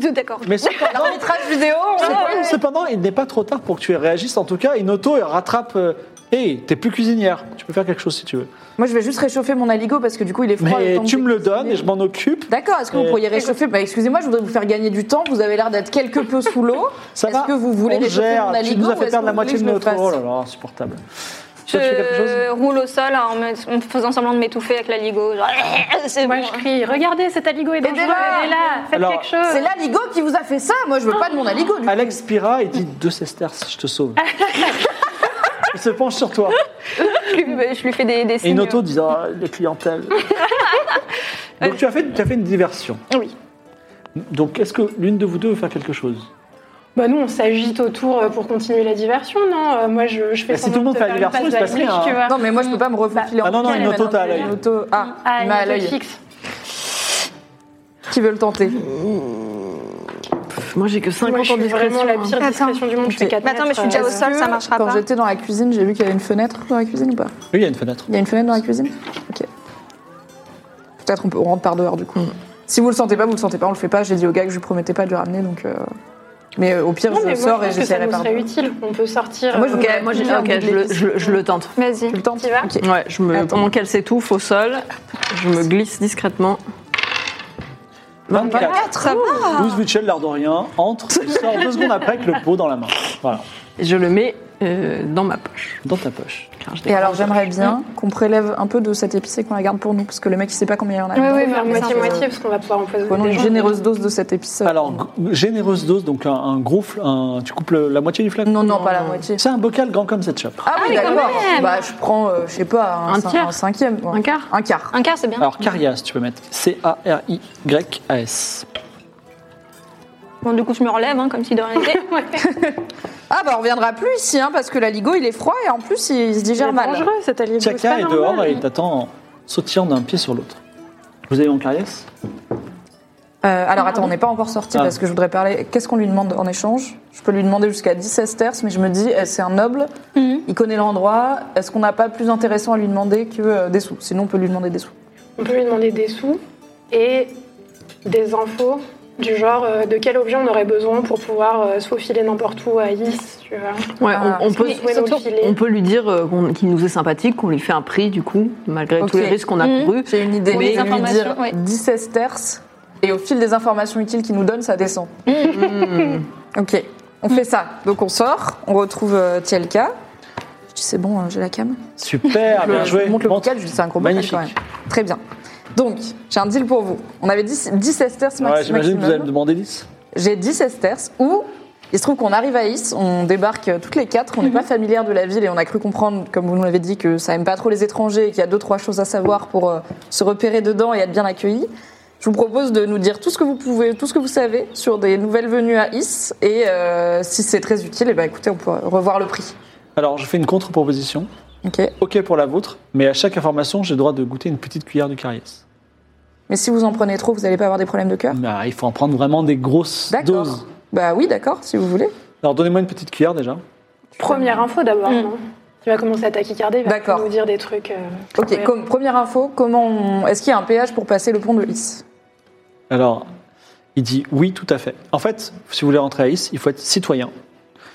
[SPEAKER 7] Euh, D'accord.
[SPEAKER 8] Ah,
[SPEAKER 2] Mais cependant,
[SPEAKER 8] Arbitrage vidéo on sait pas.
[SPEAKER 2] cependant, il n'est pas trop tard pour que tu réagisses. En tout cas, Inoto elle rattrape. euh, Hé, t'es plus cuisinière. Tu peux faire quelque chose si tu veux.
[SPEAKER 8] Moi, je vais juste réchauffer mon aligo parce que du coup, il est froid. le
[SPEAKER 2] Mais
[SPEAKER 8] temps
[SPEAKER 2] tu
[SPEAKER 8] de-
[SPEAKER 2] me le donnes et je m'en occupe.
[SPEAKER 8] D'accord, est-ce que vous
[SPEAKER 2] Et-
[SPEAKER 8] pourriez réchauffer bah, Excusez-moi, je voudrais vous faire gagner du temps. Vous avez l'air d'être quelque peu sous l'eau.
[SPEAKER 2] Ça
[SPEAKER 8] Est-ce
[SPEAKER 2] va
[SPEAKER 8] que vous voulez
[SPEAKER 2] on
[SPEAKER 8] réchauffer
[SPEAKER 2] gère.
[SPEAKER 8] mon
[SPEAKER 2] Tu
[SPEAKER 8] aligot
[SPEAKER 2] nous
[SPEAKER 8] ou
[SPEAKER 2] as fait
[SPEAKER 8] est-ce
[SPEAKER 2] perdre
[SPEAKER 8] que
[SPEAKER 2] la
[SPEAKER 8] vous
[SPEAKER 2] moitié de
[SPEAKER 8] voulez que je
[SPEAKER 2] notre
[SPEAKER 8] le
[SPEAKER 2] rôle.
[SPEAKER 8] fasse
[SPEAKER 2] Alors, insupportable. Euh, Toi, tu fais quelque chose
[SPEAKER 7] Je roule au sol hein, en me en me faisant semblant de m'étouffer avec l'aligo. Genre, c'est
[SPEAKER 6] Moi,
[SPEAKER 7] bon.
[SPEAKER 6] je crie Regardez, cet aligo est dangereux,
[SPEAKER 8] Aidez-la
[SPEAKER 6] aidez-la, faites
[SPEAKER 2] Alors,
[SPEAKER 6] quelque
[SPEAKER 7] Euh.
[SPEAKER 6] chose.
[SPEAKER 8] C'est l'aligo qui vous a fait ça. Moi, je veux pas de mon aligo. Du... coup.
[SPEAKER 2] Alex Pira, il dit deux sesterces, je te sauve. il se penche sur toi.
[SPEAKER 7] Je lui- je lui fais des, des
[SPEAKER 2] Et
[SPEAKER 7] signes.
[SPEAKER 2] une auto dit Ah, les clientèles. Donc tu as, fait, tu as fait une diversion.
[SPEAKER 7] Oui.
[SPEAKER 2] Donc est-ce que l'une de vous deux veut faire quelque chose
[SPEAKER 6] Bah nous, on s'agite autour euh, pour continuer la diversion, non Euh, Moi, je, je fais
[SPEAKER 2] Mais Bah, si tout le monde
[SPEAKER 6] de
[SPEAKER 2] fait
[SPEAKER 6] faire
[SPEAKER 2] la diversion,
[SPEAKER 6] une
[SPEAKER 2] il se
[SPEAKER 6] passe
[SPEAKER 2] passe rien,
[SPEAKER 6] d'Alice,
[SPEAKER 2] hein.
[SPEAKER 6] tu vois.
[SPEAKER 8] Non, mais moi, je peux pas me refaufiler
[SPEAKER 2] Ah non, non,
[SPEAKER 8] en
[SPEAKER 2] une auto,
[SPEAKER 8] Maintenant,
[SPEAKER 2] t'as à
[SPEAKER 8] j'ai
[SPEAKER 2] l'œil.
[SPEAKER 8] Une auto. Ah,
[SPEAKER 6] Bah, Ah,
[SPEAKER 8] il m'a à l'œil.
[SPEAKER 6] fixe.
[SPEAKER 8] Qui veut le tenter
[SPEAKER 5] Moi, j'ai que 50
[SPEAKER 6] Moi, je
[SPEAKER 5] ans de
[SPEAKER 6] suis vraiment la pire discrétion du monde, je fais 4
[SPEAKER 7] Mais attends, mais je suis déjà au sol, ça marchera
[SPEAKER 8] Quand
[SPEAKER 7] pas.
[SPEAKER 8] j'étais dans la cuisine, j'ai vu qu'il y avait une fenêtre dans la cuisine ou pas
[SPEAKER 2] Oui, il y a une fenêtre.
[SPEAKER 8] Il y a une fenêtre dans la cuisine Ok. Peut-être on, peut, on rentre par dehors du coup.
[SPEAKER 2] Mm.
[SPEAKER 8] Si vous le sentez pas, vous le sentez pas, on le fait pas. J'ai dit au gars que je lui promettais pas de le ramener donc. euh, Mais euh, au pire,
[SPEAKER 6] Non, mais
[SPEAKER 8] je
[SPEAKER 6] moi, je
[SPEAKER 8] sors et
[SPEAKER 6] pense que ça
[SPEAKER 8] j'essaie la
[SPEAKER 6] nous
[SPEAKER 8] part.
[SPEAKER 6] serait utile. On peut sortir.
[SPEAKER 8] Moi, je
[SPEAKER 6] euh,
[SPEAKER 8] vous
[SPEAKER 5] Ok, moi, j'ai-
[SPEAKER 8] J'ai envie
[SPEAKER 5] ok,
[SPEAKER 8] de
[SPEAKER 5] je le-
[SPEAKER 8] l'épicer.
[SPEAKER 5] je le- je le tente.
[SPEAKER 4] Vas-y.
[SPEAKER 8] Tu le tentes
[SPEAKER 6] Tu y vas
[SPEAKER 8] Ok.
[SPEAKER 5] Ouais, je me,
[SPEAKER 8] Attends.
[SPEAKER 5] pendant qu'elle s'étouffe au sol, je me glisse discrètement.
[SPEAKER 2] 24.
[SPEAKER 8] 24, ça va
[SPEAKER 2] 12 Mitchell, l'air de rien, entre, et sort deux secondes après avec le pot dans la main. Voilà,
[SPEAKER 5] Et je le mets euh, dans ma poche.
[SPEAKER 2] dans ta poche.
[SPEAKER 5] Car je l'ai
[SPEAKER 8] Et alors
[SPEAKER 5] grandi.
[SPEAKER 8] j'aimerais
[SPEAKER 6] Mm.
[SPEAKER 8] bien qu'on prélève un peu de cette épice et qu'on la garde pour nous parce que le mec il sait pas combien il y en a.
[SPEAKER 6] Oui,
[SPEAKER 8] dedans.
[SPEAKER 6] oui, mais
[SPEAKER 8] Mais ça,
[SPEAKER 6] moitié-moitié,
[SPEAKER 8] euh,
[SPEAKER 6] parce qu'on va pouvoir empoisonner
[SPEAKER 8] Prenons
[SPEAKER 6] des
[SPEAKER 8] une
[SPEAKER 6] gens.
[SPEAKER 8] généreuse dose de cette épice. euh,
[SPEAKER 2] Alors,
[SPEAKER 8] pour nous.
[SPEAKER 2] g- généreuse dose, donc un, un gros... fl- un- tu coupes le- la moitié du flacon
[SPEAKER 8] Non, non, pas la moitié.
[SPEAKER 2] C'est un bocal grand comme cette chope.
[SPEAKER 8] Ah oui, d'accord. Bah, je prends, euh, je sais pas, un,
[SPEAKER 5] Un
[SPEAKER 8] cin-
[SPEAKER 5] tiers.
[SPEAKER 8] un cinquième. ouais.
[SPEAKER 5] Un quart
[SPEAKER 8] Un quart.
[SPEAKER 7] Un quart, c'est bien.
[SPEAKER 2] Alors, Carias, tu peux mettre C-A-R-I-Y-A-S.
[SPEAKER 7] Bon, du coup, je me relève, hein, comme si de rien n'était.
[SPEAKER 8] Ah bah on reviendra plus ici hein, parce que l'aligo il est froid et en plus il se
[SPEAKER 6] C'est
[SPEAKER 8] digère mal.
[SPEAKER 6] dangereux, cet aligo. c'est
[SPEAKER 2] Chaka
[SPEAKER 6] pas
[SPEAKER 2] est
[SPEAKER 6] normal.
[SPEAKER 2] dehors et il t'attend en sautillant d'un pied sur l'autre. Vous avez mon cariès
[SPEAKER 8] Euh, alors attends, on n'est pas encore sorti
[SPEAKER 2] Ah.
[SPEAKER 8] parce que je voudrais parler. Qu'est-ce qu'on lui demande en échange Je peux lui demander jusqu'à 10 esters, mais je me dis, eh, c'est un noble, il connaît l'endroit. Est-ce qu'on n'a pas plus intéressant à lui demander que euh, des sous Sinon, on peut lui demander des sous.
[SPEAKER 6] On peut lui demander des sous et des infos du genre euh, de quel objet on aurait besoin pour pouvoir euh, se faufiler n'importe où à Is, tu vois.
[SPEAKER 5] Ouais,
[SPEAKER 8] Ah,
[SPEAKER 5] on, on peut,
[SPEAKER 6] Mais surtout-
[SPEAKER 5] on peut lui dire euh, qu'on- qu'il nous est sympathique, qu'on lui fait un prix, du coup, malgré
[SPEAKER 8] Ok.
[SPEAKER 5] tous les risques qu'on a
[SPEAKER 7] Mhm.
[SPEAKER 5] courus.
[SPEAKER 8] J'ai une idée,
[SPEAKER 7] Pour
[SPEAKER 8] mais
[SPEAKER 7] les
[SPEAKER 8] lui
[SPEAKER 7] informations,
[SPEAKER 8] dire
[SPEAKER 7] ouais.
[SPEAKER 8] 10 esters et au fil des informations utiles qu'il nous donne, ça descend.
[SPEAKER 7] Mmh.
[SPEAKER 8] Mmh. Ok, on fait ça. Donc on sort, on retrouve euh, Tielka. Je dis, c'est bon, euh, j'ai la cam.
[SPEAKER 2] Super, bien
[SPEAKER 8] Je
[SPEAKER 2] joué.
[SPEAKER 8] monte le
[SPEAKER 2] Monte.
[SPEAKER 8] bocal, je dis c'est un gros bocal
[SPEAKER 2] Magnifique.
[SPEAKER 8] quand même. Très bien. Donc, j'ai un deal pour vous. On avait 10, 10 esters
[SPEAKER 2] Ouais,
[SPEAKER 8] max-
[SPEAKER 2] J'imagine que vous allez me
[SPEAKER 8] maximum.
[SPEAKER 2] demander 10.
[SPEAKER 8] J'ai 10 esters où il se trouve qu'on arrive à Is, on débarque euh, toutes les quatre, on n'est pas familière de la ville et on a cru comprendre, comme vous nous l'avez dit, que ça aime pas trop les étrangers et qu'il y a deux, trois choses à savoir pour euh, se repérer dedans et être bien accueilli. Je Je vous propose de nous dire tout ce que vous pouvez, tout ce que vous savez sur des nouvelles venues à Is. Et euh, si c'est très utile, eh ben, écoutez, on pourra revoir le prix.
[SPEAKER 2] Alors, je fais une contre-proposition.
[SPEAKER 8] Ok.
[SPEAKER 2] Ok pour la vôtre, mais à chaque information, j'ai le droit de goûter une petite cuillère du caries.
[SPEAKER 8] Mais si vous en prenez trop, vous n'allez pas avoir des problèmes de cœur
[SPEAKER 2] Bah, il faut en prendre vraiment des grosses
[SPEAKER 8] Ah. D'accord.
[SPEAKER 2] doses.
[SPEAKER 8] Bah oui, d'accord, si vous voulez.
[SPEAKER 2] Alors, donnez-moi une petite cuillère déjà.
[SPEAKER 6] Première info d'abord, non Tu vas commencer à taquicarder, il va
[SPEAKER 8] D'accord.
[SPEAKER 6] nous dire des trucs. euh,
[SPEAKER 8] Ok,
[SPEAKER 6] incroyables.
[SPEAKER 8] comme première info, comment on- est-ce qu'il y a un péage pour passer le pont de Is
[SPEAKER 2] Alors, il dit oui, tout à fait. En fait, si vous voulez rentrer à Is, il faut être citoyen.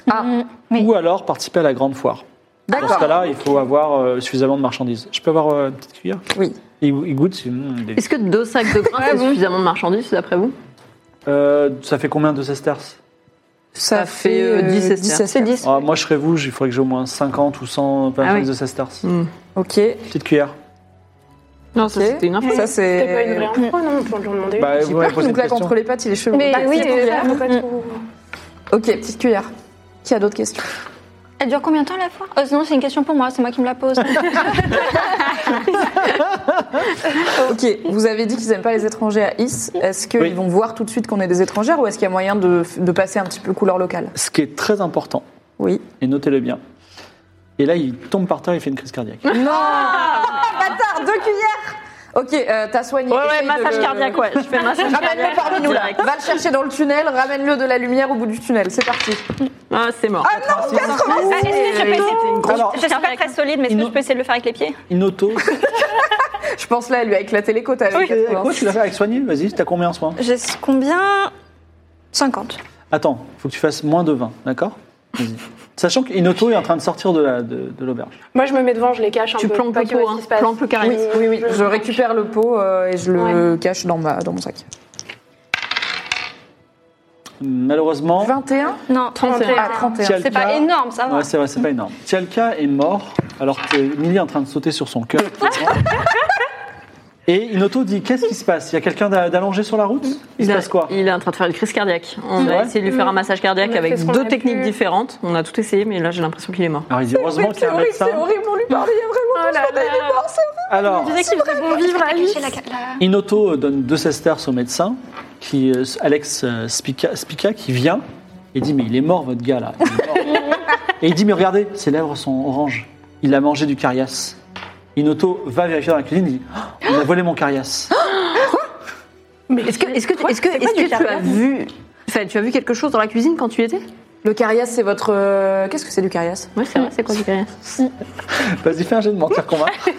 [SPEAKER 8] Ah.
[SPEAKER 7] Oui.
[SPEAKER 2] Ou alors participer à la grande foire. Dans ce
[SPEAKER 8] D'accord.
[SPEAKER 2] cas-là, il faut avoir euh, suffisamment de marchandises. Je peux avoir euh, une petite cuillère
[SPEAKER 8] Oui.
[SPEAKER 2] Et il il goûte. c'est- mm, il est-
[SPEAKER 5] Est-ce que deux sacs de grains, c'est suffisamment de marchandises, d'après vous
[SPEAKER 2] Euh, ça fait combien de sesterces
[SPEAKER 8] Ça, fait euh, 10
[SPEAKER 5] sesterces.
[SPEAKER 8] sesterces.
[SPEAKER 2] Ah, Moi, je serais vous, il faudrait que j'ai au moins 50 ou 100
[SPEAKER 5] Ah oui.
[SPEAKER 2] de sesterces.
[SPEAKER 8] Ok.
[SPEAKER 2] Petite cuillère.
[SPEAKER 5] Non, ça
[SPEAKER 8] Ok.
[SPEAKER 5] c'était une info.
[SPEAKER 8] Ça,
[SPEAKER 6] C'est pas une vraie
[SPEAKER 8] c'est.
[SPEAKER 6] info, non On peut lui en demander une.
[SPEAKER 2] Bah,
[SPEAKER 8] J'ai
[SPEAKER 2] vous m'avez
[SPEAKER 8] peur qu'il
[SPEAKER 2] posé
[SPEAKER 8] nous
[SPEAKER 2] une
[SPEAKER 8] claque
[SPEAKER 2] question.
[SPEAKER 8] entre les pattes, il est cheveux.
[SPEAKER 7] Mais
[SPEAKER 8] Bah,
[SPEAKER 7] oui,
[SPEAKER 8] c'est
[SPEAKER 7] euh,
[SPEAKER 8] ouvert.
[SPEAKER 6] Ah, faut pas trop-
[SPEAKER 8] Ok, petite cuillère. Qui a d'autres questions
[SPEAKER 7] Elle dure combien de temps la foire Euh, Non, c'est une question pour moi, c'est moi qui me la pose.
[SPEAKER 8] Ok, vous avez dit qu'ils n'aiment pas les étrangers à Is. Est-ce qu'ils
[SPEAKER 2] Oui.
[SPEAKER 8] vont voir tout de suite qu'on est des étrangères ou est-ce qu'il y a moyen de, de passer un petit peu couleur locale
[SPEAKER 2] Ce qui est très important,
[SPEAKER 8] Oui.
[SPEAKER 2] et notez-le bien. Et là, il tombe par terre, il fait une crise cardiaque.
[SPEAKER 8] Non Bâtard, deux cuillères Ok, euh, t'as soigné.
[SPEAKER 5] Ouais, ouais,
[SPEAKER 8] Essaye de
[SPEAKER 5] massage
[SPEAKER 8] le-
[SPEAKER 5] cardiaque, ouais. Je fais massage
[SPEAKER 8] Ramène-le
[SPEAKER 5] cardiaque.
[SPEAKER 8] parmi nous là. Va le chercher dans le tunnel, ramène-le de la lumière au bout du tunnel. C'est parti.
[SPEAKER 5] Ah, c'est mort.
[SPEAKER 7] Ah, Est-ce que je peux essayer
[SPEAKER 5] C'était une grosse-
[SPEAKER 2] Alors-
[SPEAKER 7] Je suis pas très solide, mais est-ce que je peux essayer de le faire avec les pieds
[SPEAKER 2] Inoto,
[SPEAKER 8] Je pense là, elle lui a éclaté les côtes avec
[SPEAKER 2] quoi
[SPEAKER 8] 80.
[SPEAKER 2] tu l'as fait avec soigné Vas-y, t'as combien en soin
[SPEAKER 7] J'ai combien 50.
[SPEAKER 2] Attends, faut que tu fasses moins de 20, d'accord Vas-y. Sachant qu'Inoto est en train de sortir de la- de de l'auberge.
[SPEAKER 6] Moi, je me mets devant, je les cache un
[SPEAKER 5] Tu
[SPEAKER 6] peu.
[SPEAKER 5] planques
[SPEAKER 6] pas
[SPEAKER 5] le
[SPEAKER 6] qu'ils voient
[SPEAKER 5] pot,
[SPEAKER 6] ce qui
[SPEAKER 5] hein.
[SPEAKER 6] se passe.
[SPEAKER 5] Planque le carré.
[SPEAKER 8] Oui, oui, oui. Je récupère le pot euh, et je le cache dans, ma, dans mon sac.
[SPEAKER 2] Malheureusement,
[SPEAKER 8] 21
[SPEAKER 7] Non, 31.
[SPEAKER 8] à 31.
[SPEAKER 2] Tialka-
[SPEAKER 7] C'est pas énorme, ça va.
[SPEAKER 2] Ouais, c'est vrai, c'est pas énorme. Tialka est mort alors que Millie est en train de sauter sur son cœur. Et Inoto dit Qu'est-ce qui se passe Il y a quelqu'un d'a- d'allongé sur la route Il se
[SPEAKER 5] a-
[SPEAKER 2] passe quoi
[SPEAKER 5] Il est en train de faire une crise cardiaque. On
[SPEAKER 2] C'est
[SPEAKER 5] a
[SPEAKER 2] vrai
[SPEAKER 5] essayé de lui faire un massage cardiaque
[SPEAKER 6] On a fait
[SPEAKER 5] avec
[SPEAKER 6] ce qu'on
[SPEAKER 5] deux
[SPEAKER 6] a
[SPEAKER 5] techniques
[SPEAKER 6] pu.
[SPEAKER 5] différentes. On a tout essayé, mais là j'ai l'impression qu'il est mort.
[SPEAKER 2] Alors il dit Heureusement qu'il y a un médecin.
[SPEAKER 8] on lui parle, il y a vraiment
[SPEAKER 6] Oh là là.
[SPEAKER 2] Alors,
[SPEAKER 6] Je disais qu'il faisait bon vivre à Alice.
[SPEAKER 2] Inoto donne deux sesterces au médecin, qui, euh, Alex euh, Spica, Spica, qui vient et dit Mais il est mort, votre gars là. Il est mort. et il dit Mais regardez, ses lèvres sont oranges. Il a mangé du carias. Inoto va vérifier dans la cuisine il dit Oh, On a volé mon carias.
[SPEAKER 5] Est-ce que, est-ce que, tu- est-ce que, est-ce que tu as vu. Enfin, tu as vu quelque chose dans la cuisine quand tu y étais
[SPEAKER 8] Le carias, c'est votre. euh, Qu'est-ce que c'est du carias
[SPEAKER 5] Oui, c'est vrai, c'est quoi du carrière
[SPEAKER 2] Vas-y, fais un jeu de mentir convaincre.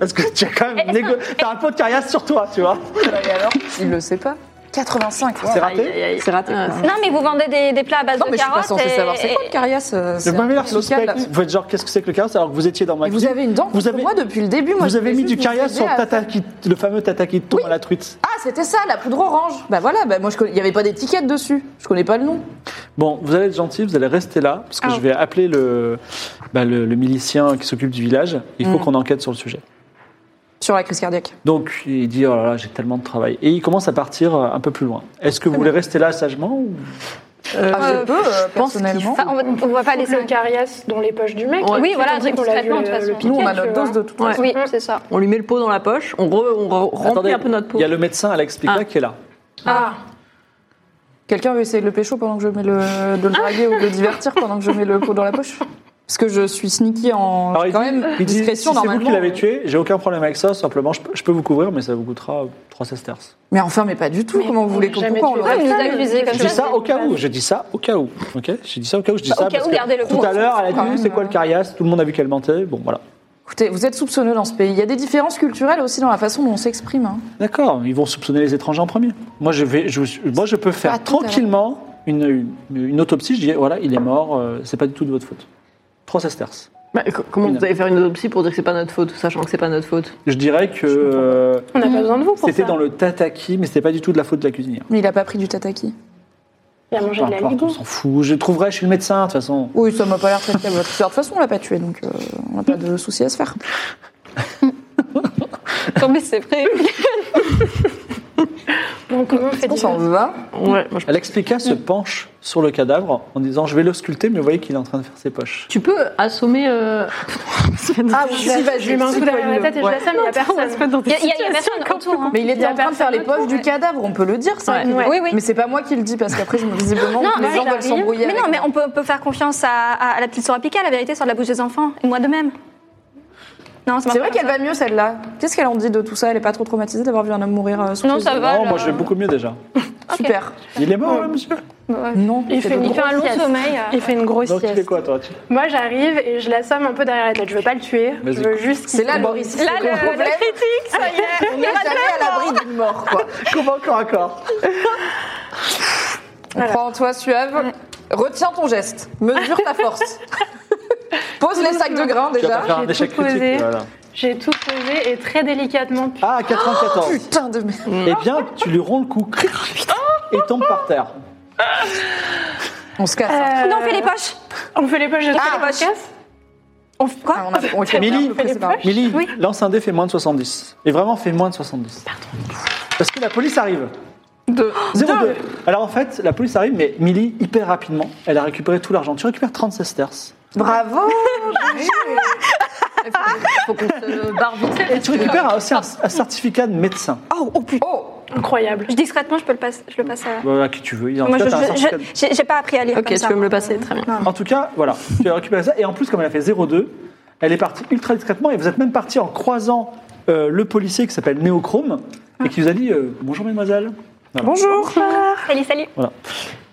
[SPEAKER 2] Parce que tu as quand même négo... T'as un pot de carias sur toi, tu vois.
[SPEAKER 8] Et alors Il le sait pas. 85.
[SPEAKER 2] C'est raté
[SPEAKER 8] C'est raté.
[SPEAKER 5] Ah,
[SPEAKER 8] quoi.
[SPEAKER 7] Non, mais vous vendez des, des plats à base
[SPEAKER 8] Non,
[SPEAKER 7] de
[SPEAKER 8] mais je suis pas
[SPEAKER 7] carottes.
[SPEAKER 8] censée
[SPEAKER 7] et-
[SPEAKER 8] savoir. C'est quoi le carias euh,
[SPEAKER 2] Le
[SPEAKER 8] c'est un
[SPEAKER 2] meilleur
[SPEAKER 8] truc
[SPEAKER 2] suspect,
[SPEAKER 8] local, là.
[SPEAKER 2] vous êtes genre Qu'est-ce que c'est que le carias alors que vous étiez dans ma
[SPEAKER 8] Et Vous
[SPEAKER 2] cuisine
[SPEAKER 8] avez une dent
[SPEAKER 2] Vous
[SPEAKER 8] vous
[SPEAKER 2] avez-
[SPEAKER 8] avez... moi depuis le début. Moi,
[SPEAKER 2] Vous
[SPEAKER 8] je
[SPEAKER 2] avez
[SPEAKER 8] voulais
[SPEAKER 2] mis
[SPEAKER 8] juste
[SPEAKER 2] du
[SPEAKER 8] vous
[SPEAKER 2] carias
[SPEAKER 8] aider
[SPEAKER 2] sur
[SPEAKER 8] à-
[SPEAKER 2] tata qui... le fameux tata qui tombe à la truite.
[SPEAKER 8] Ah, c'était ça, la poudre orange. Bah voilà, bah moi je connais- il n'y avait pas d'étiquette dessus. Je connais pas le nom.
[SPEAKER 2] Bon, vous allez être gentil, vous allez rester là, parce que je vais appeler le, bah, le, le milicien qui s'occupe du village. Il faut qu'on enquête sur le sujet.
[SPEAKER 8] Sur la crise cardiaque.
[SPEAKER 2] Donc, il dit, oh là là, j'ai tellement de travail. Et il commence à partir euh, un peu plus loin. Est-ce que vous voulez rester là sagement ou-
[SPEAKER 8] Ah, je peux, euh,
[SPEAKER 5] pense qu'il
[SPEAKER 8] personnellement.
[SPEAKER 7] Enfin, on, va, on va pas laisser.
[SPEAKER 6] le carias dans les poches du mec.
[SPEAKER 5] Ouais.
[SPEAKER 7] Oui, voilà, un truc
[SPEAKER 6] on l'a vu
[SPEAKER 7] traitement,
[SPEAKER 6] euh,
[SPEAKER 7] de
[SPEAKER 6] le-
[SPEAKER 7] toute façon.
[SPEAKER 6] le piquet,
[SPEAKER 8] Nous, on a
[SPEAKER 6] tu
[SPEAKER 8] notre
[SPEAKER 6] vois.
[SPEAKER 8] dose de toute
[SPEAKER 5] Ouais.
[SPEAKER 8] façon.
[SPEAKER 7] Oui, c'est ça.
[SPEAKER 5] On lui met le pot dans la poche, on, re- on re- remplit
[SPEAKER 2] Attendez,
[SPEAKER 5] un peu notre pot.
[SPEAKER 2] Il y a le médecin Alex Pica
[SPEAKER 5] Ah.
[SPEAKER 2] qui est là.
[SPEAKER 6] Ah,
[SPEAKER 8] Quelqu'un veut essayer de le pécho pendant que je mets le.
[SPEAKER 6] Ah.
[SPEAKER 8] de le draguer ou de le divertir pendant que je mets le pot dans la poche Parce que je suis sneaky en.
[SPEAKER 2] Alors,
[SPEAKER 8] j'ai
[SPEAKER 2] il
[SPEAKER 8] quand
[SPEAKER 2] dit-
[SPEAKER 8] même
[SPEAKER 2] il dit,
[SPEAKER 8] discrétion
[SPEAKER 2] si c'est vous
[SPEAKER 8] normalement.
[SPEAKER 2] qui l'avez tué, j'ai aucun problème avec ça, simplement je peux, je peux vous couvrir, mais ça vous coûtera 3 sesterces.
[SPEAKER 8] Mais enfin, mais pas du tout.
[SPEAKER 6] Mais
[SPEAKER 8] Comment vous voulez hein.
[SPEAKER 6] on
[SPEAKER 8] qu'on
[SPEAKER 6] l'a jamais
[SPEAKER 8] pourquoi on
[SPEAKER 6] tué.
[SPEAKER 8] l'aurait fait
[SPEAKER 6] Ouais,
[SPEAKER 7] Vous nous
[SPEAKER 6] Ça,
[SPEAKER 7] accusez
[SPEAKER 6] je-
[SPEAKER 7] comme
[SPEAKER 2] Je dis
[SPEAKER 7] ça.
[SPEAKER 2] ça au cas où, je dis ça au cas où, ok J'ai dit ça au cas où, je dis
[SPEAKER 7] Bah, au
[SPEAKER 2] ça
[SPEAKER 7] cas
[SPEAKER 2] parce
[SPEAKER 7] où,
[SPEAKER 2] que
[SPEAKER 7] gardez le
[SPEAKER 2] tout
[SPEAKER 7] coup,
[SPEAKER 2] à l'heure, elle a
[SPEAKER 8] quand
[SPEAKER 2] dit c'est
[SPEAKER 8] même,
[SPEAKER 2] quoi le carias, tout le monde a vu qu'elle mentait, bon voilà.
[SPEAKER 8] Écoutez, vous êtes soupçonneux dans ce pays. Il y a des différences culturelles aussi dans la façon dont on s'exprime. hein.
[SPEAKER 2] D'accord, ils vont soupçonner les étrangers en premier. Moi, je, vais, je, vous- moi, je peux faire
[SPEAKER 6] Ah,
[SPEAKER 8] Pas tout à
[SPEAKER 2] tranquillement une, une- une autopsie. Je dis, voilà, il est mort, euh, c'est pas du tout de votre faute. Trois sesterces.
[SPEAKER 5] Bah, co- comment
[SPEAKER 2] Une-
[SPEAKER 5] vous allez faire une autopsie pour dire que c'est pas notre faute, sachant que c'est pas notre faute
[SPEAKER 2] Je dirais que euh,
[SPEAKER 6] on n'a pas besoin de vous pour ça.
[SPEAKER 2] c'était dans le tataki, mais c'était pas du tout de la faute de la cuisinière.
[SPEAKER 8] Mais il a pas pris du tataki.
[SPEAKER 6] Il a mangé
[SPEAKER 2] Peu
[SPEAKER 6] de la
[SPEAKER 2] importe,
[SPEAKER 6] ligo.
[SPEAKER 2] on s'en fout. Je trouverai, je suis le médecin, de toute façon.
[SPEAKER 8] Oui, ça m'a pas l'air très fiable. votre histoire. De toute façon, on l'a pas tué, donc euh, on n'a pas de souci à se faire.
[SPEAKER 7] Non, mais c'est vrai.
[SPEAKER 6] Bon, Donc nous, on fait
[SPEAKER 8] On
[SPEAKER 6] des
[SPEAKER 8] s'en va.
[SPEAKER 5] Ouais, moi, je-
[SPEAKER 2] Elle expliqua
[SPEAKER 6] Mm.
[SPEAKER 2] se penche sur le cadavre en disant Je vais l'ausculter, mais vous voyez qu'il est en train de faire ses poches.
[SPEAKER 5] Tu peux assommer. euh,
[SPEAKER 6] Ah oui,
[SPEAKER 8] Si,
[SPEAKER 6] je,
[SPEAKER 8] vas-y,
[SPEAKER 6] je lui mets un coup
[SPEAKER 8] c'est
[SPEAKER 6] derrière
[SPEAKER 8] toi,
[SPEAKER 6] la tête et je
[SPEAKER 8] ouais.
[SPEAKER 6] l'assomme, il n'y a personne.
[SPEAKER 7] Il y a, il y a personne autour. hein.
[SPEAKER 8] Mais il
[SPEAKER 6] Il y
[SPEAKER 8] était
[SPEAKER 6] a
[SPEAKER 8] en train de faire les
[SPEAKER 6] personne
[SPEAKER 8] poches
[SPEAKER 6] autour,
[SPEAKER 8] du
[SPEAKER 6] ouais.
[SPEAKER 8] cadavre, on peut le dire ça.
[SPEAKER 5] Ouais.
[SPEAKER 7] Oui, oui.
[SPEAKER 8] Mais c'est pas moi qui le dis parce qu'après je me- visiblement
[SPEAKER 7] Non,
[SPEAKER 8] les
[SPEAKER 7] mais
[SPEAKER 8] gens veulent
[SPEAKER 6] j'arrive.
[SPEAKER 8] s'embrouiller.
[SPEAKER 7] Mais non,
[SPEAKER 8] avec
[SPEAKER 7] mais on peut, on peut faire confiance à, à- à la petite sœur Apika, la vérité sort de la bouche des enfants, et moi de même. Non,
[SPEAKER 8] C'est vrai qu'elle va mieux celle-là. Qu'est-ce qu'elle en dit de tout ça Elle est pas trop traumatisée d'avoir vu un homme mourir euh, sous
[SPEAKER 7] Non,
[SPEAKER 8] ses
[SPEAKER 7] ça
[SPEAKER 8] yeux
[SPEAKER 7] va.
[SPEAKER 2] non, moi
[SPEAKER 7] là.
[SPEAKER 2] je vais beaucoup mieux déjà.
[SPEAKER 8] Super.
[SPEAKER 2] Il est mort, là, monsieur
[SPEAKER 8] Non,
[SPEAKER 6] Il
[SPEAKER 8] c'est
[SPEAKER 6] fait
[SPEAKER 8] pas
[SPEAKER 6] une
[SPEAKER 8] drôle.
[SPEAKER 7] Il fait un long
[SPEAKER 6] grosse
[SPEAKER 7] sommeil.
[SPEAKER 6] Il fait une grosse
[SPEAKER 2] Donc il est
[SPEAKER 6] sieste.
[SPEAKER 2] quoi, toi tu-
[SPEAKER 6] Moi, j'arrive et je l'assomme un peu derrière la tête. Je veux pas le tuer. Je
[SPEAKER 2] Vas-y.
[SPEAKER 6] veux juste. qu'il
[SPEAKER 8] C'est là
[SPEAKER 6] tombe.
[SPEAKER 8] le risque.
[SPEAKER 7] Là, le,
[SPEAKER 8] le problème.
[SPEAKER 7] le critique, ça y est.
[SPEAKER 8] On n'est jamais à l'abri d'une mort, quoi.
[SPEAKER 2] Comment encore, encore
[SPEAKER 8] On croit en toi, Suave. Retiens ton geste. Mesure ta force. Pose les sacs de grains
[SPEAKER 2] Tu vas
[SPEAKER 8] déjà.
[SPEAKER 2] pas faire un
[SPEAKER 6] j'ai
[SPEAKER 2] échec
[SPEAKER 6] tout posé.
[SPEAKER 2] critique. voilà.
[SPEAKER 6] J'ai tout posé et très délicatement. puis-
[SPEAKER 2] Ah, 94
[SPEAKER 8] Putain de merde.
[SPEAKER 2] Eh bien, tu lui rends le cou et tombe par terre.
[SPEAKER 8] On se casse. hein.
[SPEAKER 6] Euh,
[SPEAKER 7] Non, on fait les poches.
[SPEAKER 6] On fait les poches de
[SPEAKER 7] Ah,
[SPEAKER 6] tous les podcasts.
[SPEAKER 7] On f- quoi
[SPEAKER 8] Ah, on a- on était
[SPEAKER 2] Millie,
[SPEAKER 8] bien préparés.
[SPEAKER 2] Millie,
[SPEAKER 7] Oui.
[SPEAKER 2] lance un dé, fait moins de 70. Et vraiment, fait moins de 70. Parce que la police arrive.
[SPEAKER 8] Deux.
[SPEAKER 2] 02. Alors en fait, la police arrive, mais Millie, hyper rapidement, elle a récupéré tout l'argent. Tu récupères 36 terces.
[SPEAKER 8] Bravo. Julie. Il faut- Faut qu'on se barre vite.
[SPEAKER 2] Et tu récupères aussi un, un certificat de médecin.
[SPEAKER 7] Oh, oh putain.
[SPEAKER 6] Incroyable.
[SPEAKER 7] Je, discrètement, je peux le passer. Je le passe à.
[SPEAKER 2] Voilà, qui tu veux. Il y a en
[SPEAKER 7] Moi,
[SPEAKER 2] tout
[SPEAKER 7] je-
[SPEAKER 2] cas, t'as un
[SPEAKER 7] je-
[SPEAKER 2] certificat
[SPEAKER 7] je- j'ai j'ai pas appris à lire.
[SPEAKER 5] Ok,
[SPEAKER 7] comme
[SPEAKER 5] tu
[SPEAKER 7] ça.
[SPEAKER 5] peux me le passer, très bien.
[SPEAKER 2] En tout cas, voilà, tu as récupéré ça. Et en plus, comme elle a fait 02, elle est partie ultra discrètement et vous êtes même parti en croisant euh, le policier qui s'appelle Néochrome et qui vous a dit euh, Bonjour, mademoiselle. Bonjour.
[SPEAKER 7] Salut, salut.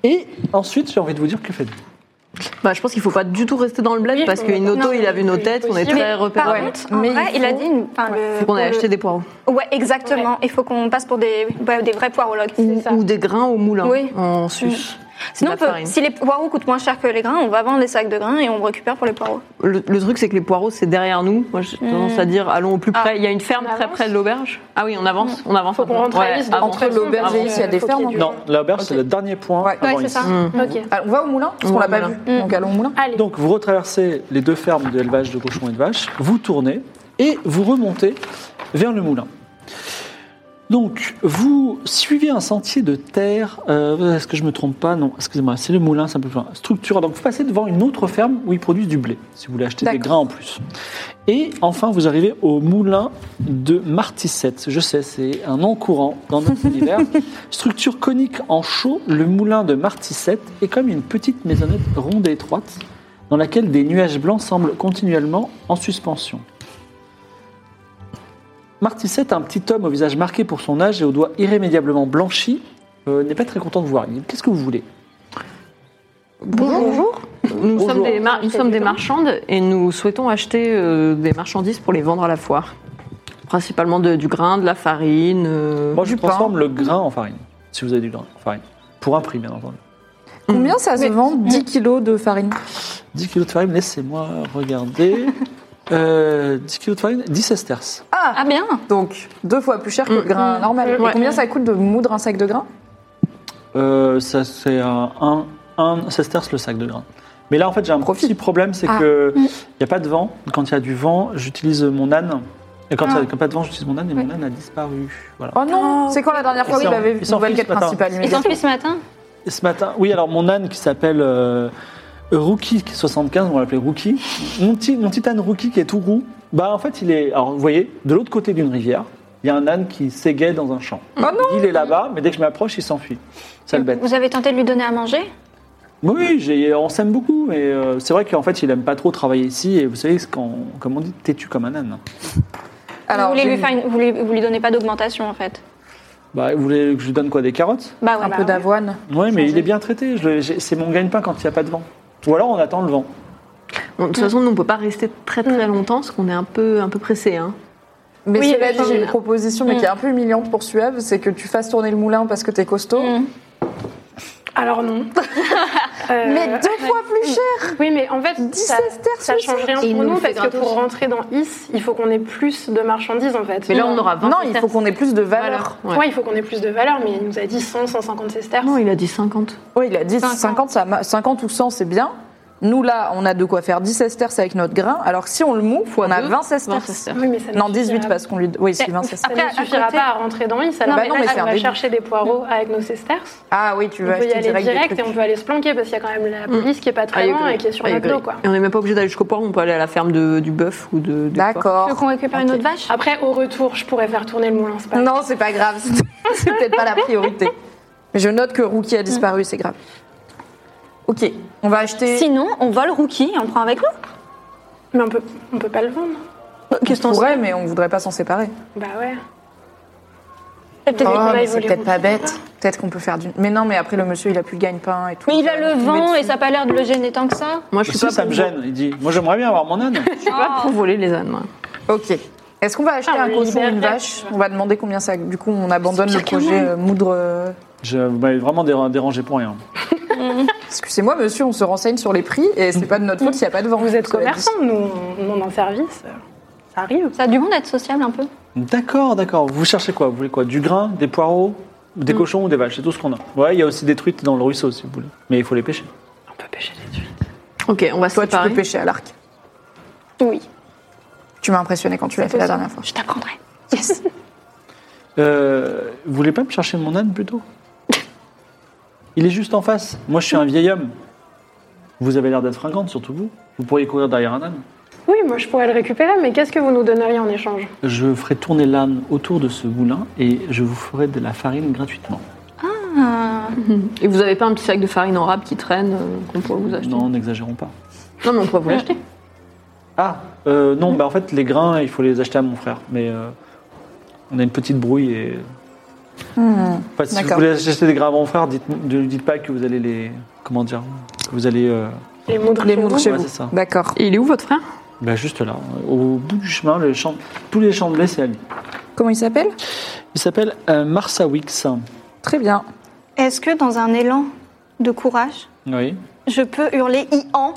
[SPEAKER 2] Et ensuite, j'ai envie de vous dire que faites-vous
[SPEAKER 5] Bah, je pense qu'il faut pas du tout rester dans le bled
[SPEAKER 6] Oui,
[SPEAKER 5] parce
[SPEAKER 6] faut-
[SPEAKER 5] qu'une auto,
[SPEAKER 6] non,
[SPEAKER 5] il a vu nos
[SPEAKER 6] oui,
[SPEAKER 5] têtes,
[SPEAKER 6] oui.
[SPEAKER 5] on est
[SPEAKER 6] Mais
[SPEAKER 5] très
[SPEAKER 7] Par
[SPEAKER 5] repérés.
[SPEAKER 7] contre, en
[SPEAKER 8] Mais
[SPEAKER 7] vrai,
[SPEAKER 8] il
[SPEAKER 7] il a dit. une- Enfin, le-
[SPEAKER 5] On a
[SPEAKER 7] le-
[SPEAKER 5] acheté des poireaux.
[SPEAKER 7] Ouais, exactement. Il faut qu'on passe pour des, bah, des vrais poirologues.
[SPEAKER 5] Ou, ou des grains au moulin
[SPEAKER 7] Oui.
[SPEAKER 5] en sus.
[SPEAKER 7] Sinon,
[SPEAKER 5] la
[SPEAKER 7] on peut-
[SPEAKER 5] farine.
[SPEAKER 7] si les poireaux coûtent moins cher que les grains, on va vendre des sacs de grains et on récupère pour les poireaux.
[SPEAKER 5] Le, le truc, c'est que les poireaux, c'est derrière nous. Moi, j'ai tendance à dire allons au plus près. Il y a une ferme
[SPEAKER 6] Mmh. Ah. On
[SPEAKER 5] très
[SPEAKER 6] avance Mmh.
[SPEAKER 5] près de l'auberge. Ah oui, on avance. On avance.
[SPEAKER 6] Faut
[SPEAKER 5] un peu.
[SPEAKER 6] qu'on rentre à
[SPEAKER 5] Ouais,
[SPEAKER 6] Nice de
[SPEAKER 5] avance.
[SPEAKER 8] Entre l'auberge et ici, il y a des
[SPEAKER 6] Faut qu'il y
[SPEAKER 8] fermes.
[SPEAKER 6] ait du-
[SPEAKER 2] Non, l'auberge, c'est
[SPEAKER 8] Ok.
[SPEAKER 2] le dernier point.
[SPEAKER 8] Ouais.
[SPEAKER 2] avant
[SPEAKER 6] Ouais, c'est
[SPEAKER 2] ici.
[SPEAKER 6] ça. Ok.
[SPEAKER 8] Ah, On va au moulin Parce
[SPEAKER 5] On
[SPEAKER 8] qu'on
[SPEAKER 5] va
[SPEAKER 8] l'a
[SPEAKER 5] au
[SPEAKER 8] pas
[SPEAKER 5] moulin.
[SPEAKER 8] vu. Donc allons au moulin.
[SPEAKER 6] Allez.
[SPEAKER 2] Donc vous retraversez les deux fermes de élevage de cochons et de vaches, vous tournez et vous remontez vers le moulin. Donc vous suivez un sentier de terre, euh, est-ce que je me trompe pas Non, excusez-moi, c'est le moulin, c'est un peu plus loin. Structure, donc vous passez devant une autre ferme où ils produisent du blé, si vous voulez acheter des
[SPEAKER 8] D'accord.
[SPEAKER 2] grains en plus. Et enfin vous arrivez au moulin de Martissette, je sais, c'est un nom courant dans notre univers. Structure conique en chaux, le moulin de Martissette est comme une petite maisonnette ronde et étroite dans laquelle des nuages blancs semblent continuellement en suspension. Martissette, un petit homme au visage marqué pour son âge et aux doigts irrémédiablement blanchis, euh, n'est pas très content de vous voir. Il dit, Qu'est-ce que vous voulez
[SPEAKER 5] Euh, Bonjour. Nous,
[SPEAKER 2] Bonjour.
[SPEAKER 5] Sommes des mar- nous sommes des marchandes et nous souhaitons acheter euh, des marchandises pour les vendre à la foire. Principalement de- du grain, de la farine. euh,
[SPEAKER 2] Moi, je
[SPEAKER 5] du pain.
[SPEAKER 2] transforme le grain en farine, si vous avez du grain en farine. Pour un prix, bien entendu.
[SPEAKER 8] Combien ça se vend 10 kilos de farine.
[SPEAKER 2] 10 kilos de farine, laissez-moi regarder. Euh, 10 kilos de farine, 10 terces.
[SPEAKER 7] Ah bien
[SPEAKER 8] Donc deux fois plus cher que le grain normal. Et
[SPEAKER 5] Ouais.
[SPEAKER 8] Combien ça coûte de moudre un sac de grain
[SPEAKER 2] Euh, ça, c'est un, un, un sesterce le sac de grain. Mais là, en fait, j'ai un petit problème, c'est
[SPEAKER 8] Ah.
[SPEAKER 2] que il n'y a pas de vent. Quand il y a du vent, j'utilise mon âne. Et quand il n'y a pas de vent, j'utilise mon âne et mon âne a disparu. Voilà.
[SPEAKER 8] Oh non C'est quand la dernière fois
[SPEAKER 2] Ils
[SPEAKER 8] où il
[SPEAKER 2] sont-
[SPEAKER 8] avait
[SPEAKER 2] ils
[SPEAKER 8] une
[SPEAKER 2] sont
[SPEAKER 8] nouvelle
[SPEAKER 2] fous
[SPEAKER 8] quête
[SPEAKER 2] ce matin.
[SPEAKER 8] principale
[SPEAKER 7] Et
[SPEAKER 8] immédiate
[SPEAKER 7] s'enfuit ce matin
[SPEAKER 2] Et ce matin, oui, alors mon âne qui s'appelle euh, Rookie 75, on va l'appeler Rookie. Mon petit, mon petit âne Rookie qui est tout roux, bah en fait, il est. Alors vous voyez, de l'autre côté d'une rivière, il y a un âne qui s'égaye dans un champ. il est là-bas, mais dès que je m'approche, il s'enfuit. Sale bête.
[SPEAKER 7] Vous avez tenté de lui donner à manger
[SPEAKER 2] Oui, j'ai- on s'aime beaucoup, mais euh, c'est vrai qu'en fait, il aime pas trop travailler ici. Et vous savez, c'est quand, comme on dit, têtu comme un âne.
[SPEAKER 8] Alors,
[SPEAKER 7] vous, voulez
[SPEAKER 8] j'ai
[SPEAKER 7] lui faire une- vous, lui, vous lui donnez pas d'augmentation en fait
[SPEAKER 2] Bah, vous voulez que je lui donne quoi Des carottes
[SPEAKER 7] Bah ouais,
[SPEAKER 8] un
[SPEAKER 7] bah
[SPEAKER 8] peu
[SPEAKER 7] ouais.
[SPEAKER 8] d'avoine.
[SPEAKER 2] Oui, mais il est bien traité. je le- j'ai- C'est mon gagne-pain quand il n'y a pas de vent. Ou alors on attend le vent.
[SPEAKER 5] On- De toute façon, nous, on peut pas rester très très
[SPEAKER 6] Mmh.
[SPEAKER 5] longtemps parce qu'on est un peu, un peu pressé. Hein.
[SPEAKER 8] Mais
[SPEAKER 6] Oui,
[SPEAKER 8] cela
[SPEAKER 6] mais
[SPEAKER 8] dit,
[SPEAKER 6] enfin,
[SPEAKER 8] j'ai une
[SPEAKER 6] voilà.
[SPEAKER 8] proposition, mais qui est un peu humiliante pour Suave, c'est que tu fasses tourner le moulin parce que t'es costaud,
[SPEAKER 7] Mm.
[SPEAKER 6] Alors non. Euh,
[SPEAKER 8] mais deux fois plus cher
[SPEAKER 6] Oui, mais en fait,
[SPEAKER 8] 10
[SPEAKER 6] ça,
[SPEAKER 8] sesterces
[SPEAKER 6] ça
[SPEAKER 8] le
[SPEAKER 6] change rien
[SPEAKER 5] Et il
[SPEAKER 6] pour
[SPEAKER 5] nous
[SPEAKER 6] nous
[SPEAKER 5] le fait
[SPEAKER 6] parce que
[SPEAKER 5] gratos.
[SPEAKER 6] pour rentrer dans IS, il faut qu'on ait plus de marchandises en fait.
[SPEAKER 5] Mais là, on aura 20
[SPEAKER 8] Non, il faut
[SPEAKER 5] sesterces.
[SPEAKER 8] qu'on ait plus de valeur.
[SPEAKER 5] Ouais.
[SPEAKER 6] Ouais, il faut qu'on ait plus de valeur, mais il nous a dit 100, 150 sesterces.
[SPEAKER 5] Non, il a dit 50.
[SPEAKER 8] Oui, il a dit 50, ça, ma- 50 ou 100, c'est bien. Nous, là, on a de quoi faire 10 sesterces avec notre grain, alors que si on le moue, faut en a
[SPEAKER 5] Deux,
[SPEAKER 8] 20
[SPEAKER 5] vingt
[SPEAKER 8] sesterces.
[SPEAKER 5] sesterces.
[SPEAKER 6] Oui, mais ça ne
[SPEAKER 8] Non, 18
[SPEAKER 6] suffira-
[SPEAKER 8] parce qu'on lui. Oui, c'est
[SPEAKER 6] Eh,
[SPEAKER 8] 20
[SPEAKER 6] Ça
[SPEAKER 8] sesterces.
[SPEAKER 6] ne
[SPEAKER 7] Après, à
[SPEAKER 6] suffira
[SPEAKER 7] côté-
[SPEAKER 6] pas à rentrer dans l'île. Ça
[SPEAKER 8] Non,
[SPEAKER 6] non,
[SPEAKER 8] mais Bah non, mais c'est
[SPEAKER 6] on
[SPEAKER 8] un
[SPEAKER 6] va
[SPEAKER 8] début.
[SPEAKER 6] chercher des poireaux avec nos sesterces.
[SPEAKER 8] Ah oui, tu
[SPEAKER 6] On
[SPEAKER 8] vas
[SPEAKER 6] peut y
[SPEAKER 8] acheter
[SPEAKER 6] aller
[SPEAKER 8] direct,
[SPEAKER 6] direct
[SPEAKER 8] des
[SPEAKER 6] et on
[SPEAKER 8] trucs. Mm.
[SPEAKER 6] peut aller se planquer parce qu'il y a quand même la police qui est pas
[SPEAKER 8] Ah,
[SPEAKER 6] très
[SPEAKER 5] I
[SPEAKER 6] loin
[SPEAKER 5] agree.
[SPEAKER 6] et qui est sur
[SPEAKER 5] I
[SPEAKER 6] notre
[SPEAKER 5] agree.
[SPEAKER 6] dos, quoi.
[SPEAKER 5] Et on n'est même pas obligé d'aller jusqu'au port, on peut aller à la ferme de- du bœuf ou de. du
[SPEAKER 7] Tu veux
[SPEAKER 8] D'accord.
[SPEAKER 7] qu'on récupère une autre vache
[SPEAKER 6] Après, au retour, je pourrais faire tourner le moulin, c'est pas grave.
[SPEAKER 8] Non, c'est pas grave. c'est- C'est peut-être pas la priorité. Mais je note que Rookie a disparu, c'est grave. Ok, on va acheter.
[SPEAKER 7] Sinon, on vole Rookie et on le prend avec nous.
[SPEAKER 6] Mais on peut, on peut pas le vendre.
[SPEAKER 8] Qu'est-ce qu'on pourrait, mais on voudrait pas s'en séparer.
[SPEAKER 6] Bah ouais. Et peut-être
[SPEAKER 8] Oh,
[SPEAKER 6] qu'on
[SPEAKER 8] mais
[SPEAKER 6] aille
[SPEAKER 8] c'est
[SPEAKER 6] voler
[SPEAKER 8] peut-être
[SPEAKER 6] Rookie.
[SPEAKER 8] pas bête. Peut-être qu'on peut faire du. Mais non, mais après le monsieur, il a plus de gagne-pain et tout.
[SPEAKER 7] Mais il a le
[SPEAKER 8] Tout
[SPEAKER 7] vent
[SPEAKER 8] met
[SPEAKER 7] et ça n'a pas l'air de le gêner tant que ça.
[SPEAKER 5] porc. Moi, je suis
[SPEAKER 2] Si,
[SPEAKER 5] pas
[SPEAKER 2] ça
[SPEAKER 5] pour-
[SPEAKER 2] me gêne. Il dit Moi, j'aimerais bien avoir mon âne.
[SPEAKER 5] je suis pas pour voler les ânes. moi.
[SPEAKER 8] dessus. Ok. Est-ce qu'on va acheter
[SPEAKER 6] Ah,
[SPEAKER 8] un
[SPEAKER 6] le
[SPEAKER 8] cochon ou une
[SPEAKER 6] liberté.
[SPEAKER 8] vache On va demander combien ça. Du coup, on abandonne le projet euh, moudre. euh,
[SPEAKER 2] Je, vous m'avez vraiment déra- dérangé pour rien.
[SPEAKER 8] Excusez-moi, monsieur, on se renseigne sur les prix et c'est pas de notre faute s'il n'y a pas de vent.
[SPEAKER 6] Vous êtes
[SPEAKER 8] Cela dit.
[SPEAKER 6] commerçant, nous, on demande un service. euh, Ça arrive.
[SPEAKER 7] Ça a du bon d'être sociable un peu.
[SPEAKER 2] D'accord, d'accord. Vous cherchez quoi Vous voulez quoi Du grain, des poireaux, des cochons ou des vaches C'est tout ce qu'on a. Mm. Ouais, il y a aussi des truites dans le ruisseau, si vous voulez. Mais il faut les pêcher.
[SPEAKER 6] On peut pêcher des truites.
[SPEAKER 5] Ok, on va se
[SPEAKER 8] Toi, tu peux
[SPEAKER 5] séparer.
[SPEAKER 8] pêcher à l'arc.
[SPEAKER 6] Oui.
[SPEAKER 8] Tu m'as impressionné quand tu l'as fait la
[SPEAKER 6] possible.
[SPEAKER 8] dernière fois.
[SPEAKER 7] Je t'apprendrai.
[SPEAKER 2] Euh, vous voulez pas me chercher mon âne plutôt Il est juste en face. Moi, je suis un vieil homme. Vous avez l'air d'être fringante, surtout vous. Vous pourriez courir derrière un âne.
[SPEAKER 6] Oui, moi, je pourrais le récupérer, mais qu'est-ce que vous nous donneriez en échange
[SPEAKER 2] Je ferai tourner l'âne autour de ce moulin et je vous ferai de la farine gratuitement.
[SPEAKER 5] Et vous avez pas un petit sac de farine en rab qui traîne euh, qu'on pourrait vous acheter
[SPEAKER 2] Non, n'exagérons pas.
[SPEAKER 5] Non, mais on pourrait vous l'acheter.
[SPEAKER 2] Ah, euh, non, bah en fait, les grains, il faut les acheter à mon frère. Mais euh, on a une petite brouille et. Enfin, si vous
[SPEAKER 8] Hmm, d'accord.
[SPEAKER 2] voulez acheter des grains à mon frère, dites, ne lui dites pas que vous allez les. Comment dire Que vous allez. euh,
[SPEAKER 6] Les moudres
[SPEAKER 8] Les
[SPEAKER 6] chez
[SPEAKER 8] moudres
[SPEAKER 6] vous
[SPEAKER 8] chez
[SPEAKER 2] Ouais,
[SPEAKER 8] vous.
[SPEAKER 2] c'est ça.
[SPEAKER 8] D'accord.
[SPEAKER 5] Et il est où votre frère
[SPEAKER 2] bah, juste là, au bout du chemin, le champ- tous les champs de blé, c'est à lui.
[SPEAKER 8] Comment il s'appelle
[SPEAKER 2] Il s'appelle euh, Marsawix.
[SPEAKER 8] Très bien.
[SPEAKER 7] Est-ce que dans un élan de courage,
[SPEAKER 2] Oui.
[SPEAKER 7] je peux hurler Ian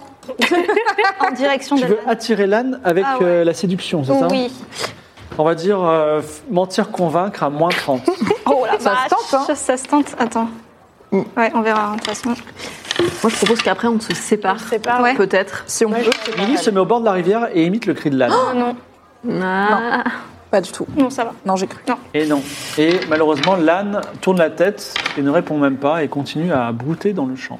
[SPEAKER 7] en direction
[SPEAKER 2] Tu
[SPEAKER 7] de
[SPEAKER 2] veux attirer l'âne avec
[SPEAKER 7] Ah ouais.
[SPEAKER 2] euh, la séduction, c'est ça
[SPEAKER 7] Oui.
[SPEAKER 2] On va dire euh, f- mentir, convaincre à moins 30.
[SPEAKER 7] Oh
[SPEAKER 8] Ça
[SPEAKER 7] la
[SPEAKER 8] se
[SPEAKER 7] vache,
[SPEAKER 8] tente, hein.
[SPEAKER 7] Ça se tente. Attends.
[SPEAKER 2] Mm.
[SPEAKER 7] Ouais, on verra de toute façon.
[SPEAKER 5] Moi, je propose qu'après, on se sépare.
[SPEAKER 6] C'est pas
[SPEAKER 7] Ouais.
[SPEAKER 5] Peut-être.
[SPEAKER 8] Si on
[SPEAKER 6] Moi,
[SPEAKER 8] peut,
[SPEAKER 6] je-
[SPEAKER 8] c'est pas
[SPEAKER 2] Lily
[SPEAKER 8] mal. Oh
[SPEAKER 2] se met au bord de la rivière et imite le cri de l'âne.
[SPEAKER 5] Ah.
[SPEAKER 8] Pas du tout.
[SPEAKER 7] Non, ça va.
[SPEAKER 8] Non, j'ai cru.
[SPEAKER 2] Et non. Et malheureusement, l'âne tourne la tête et ne répond même pas et continue à brouter dans le champ.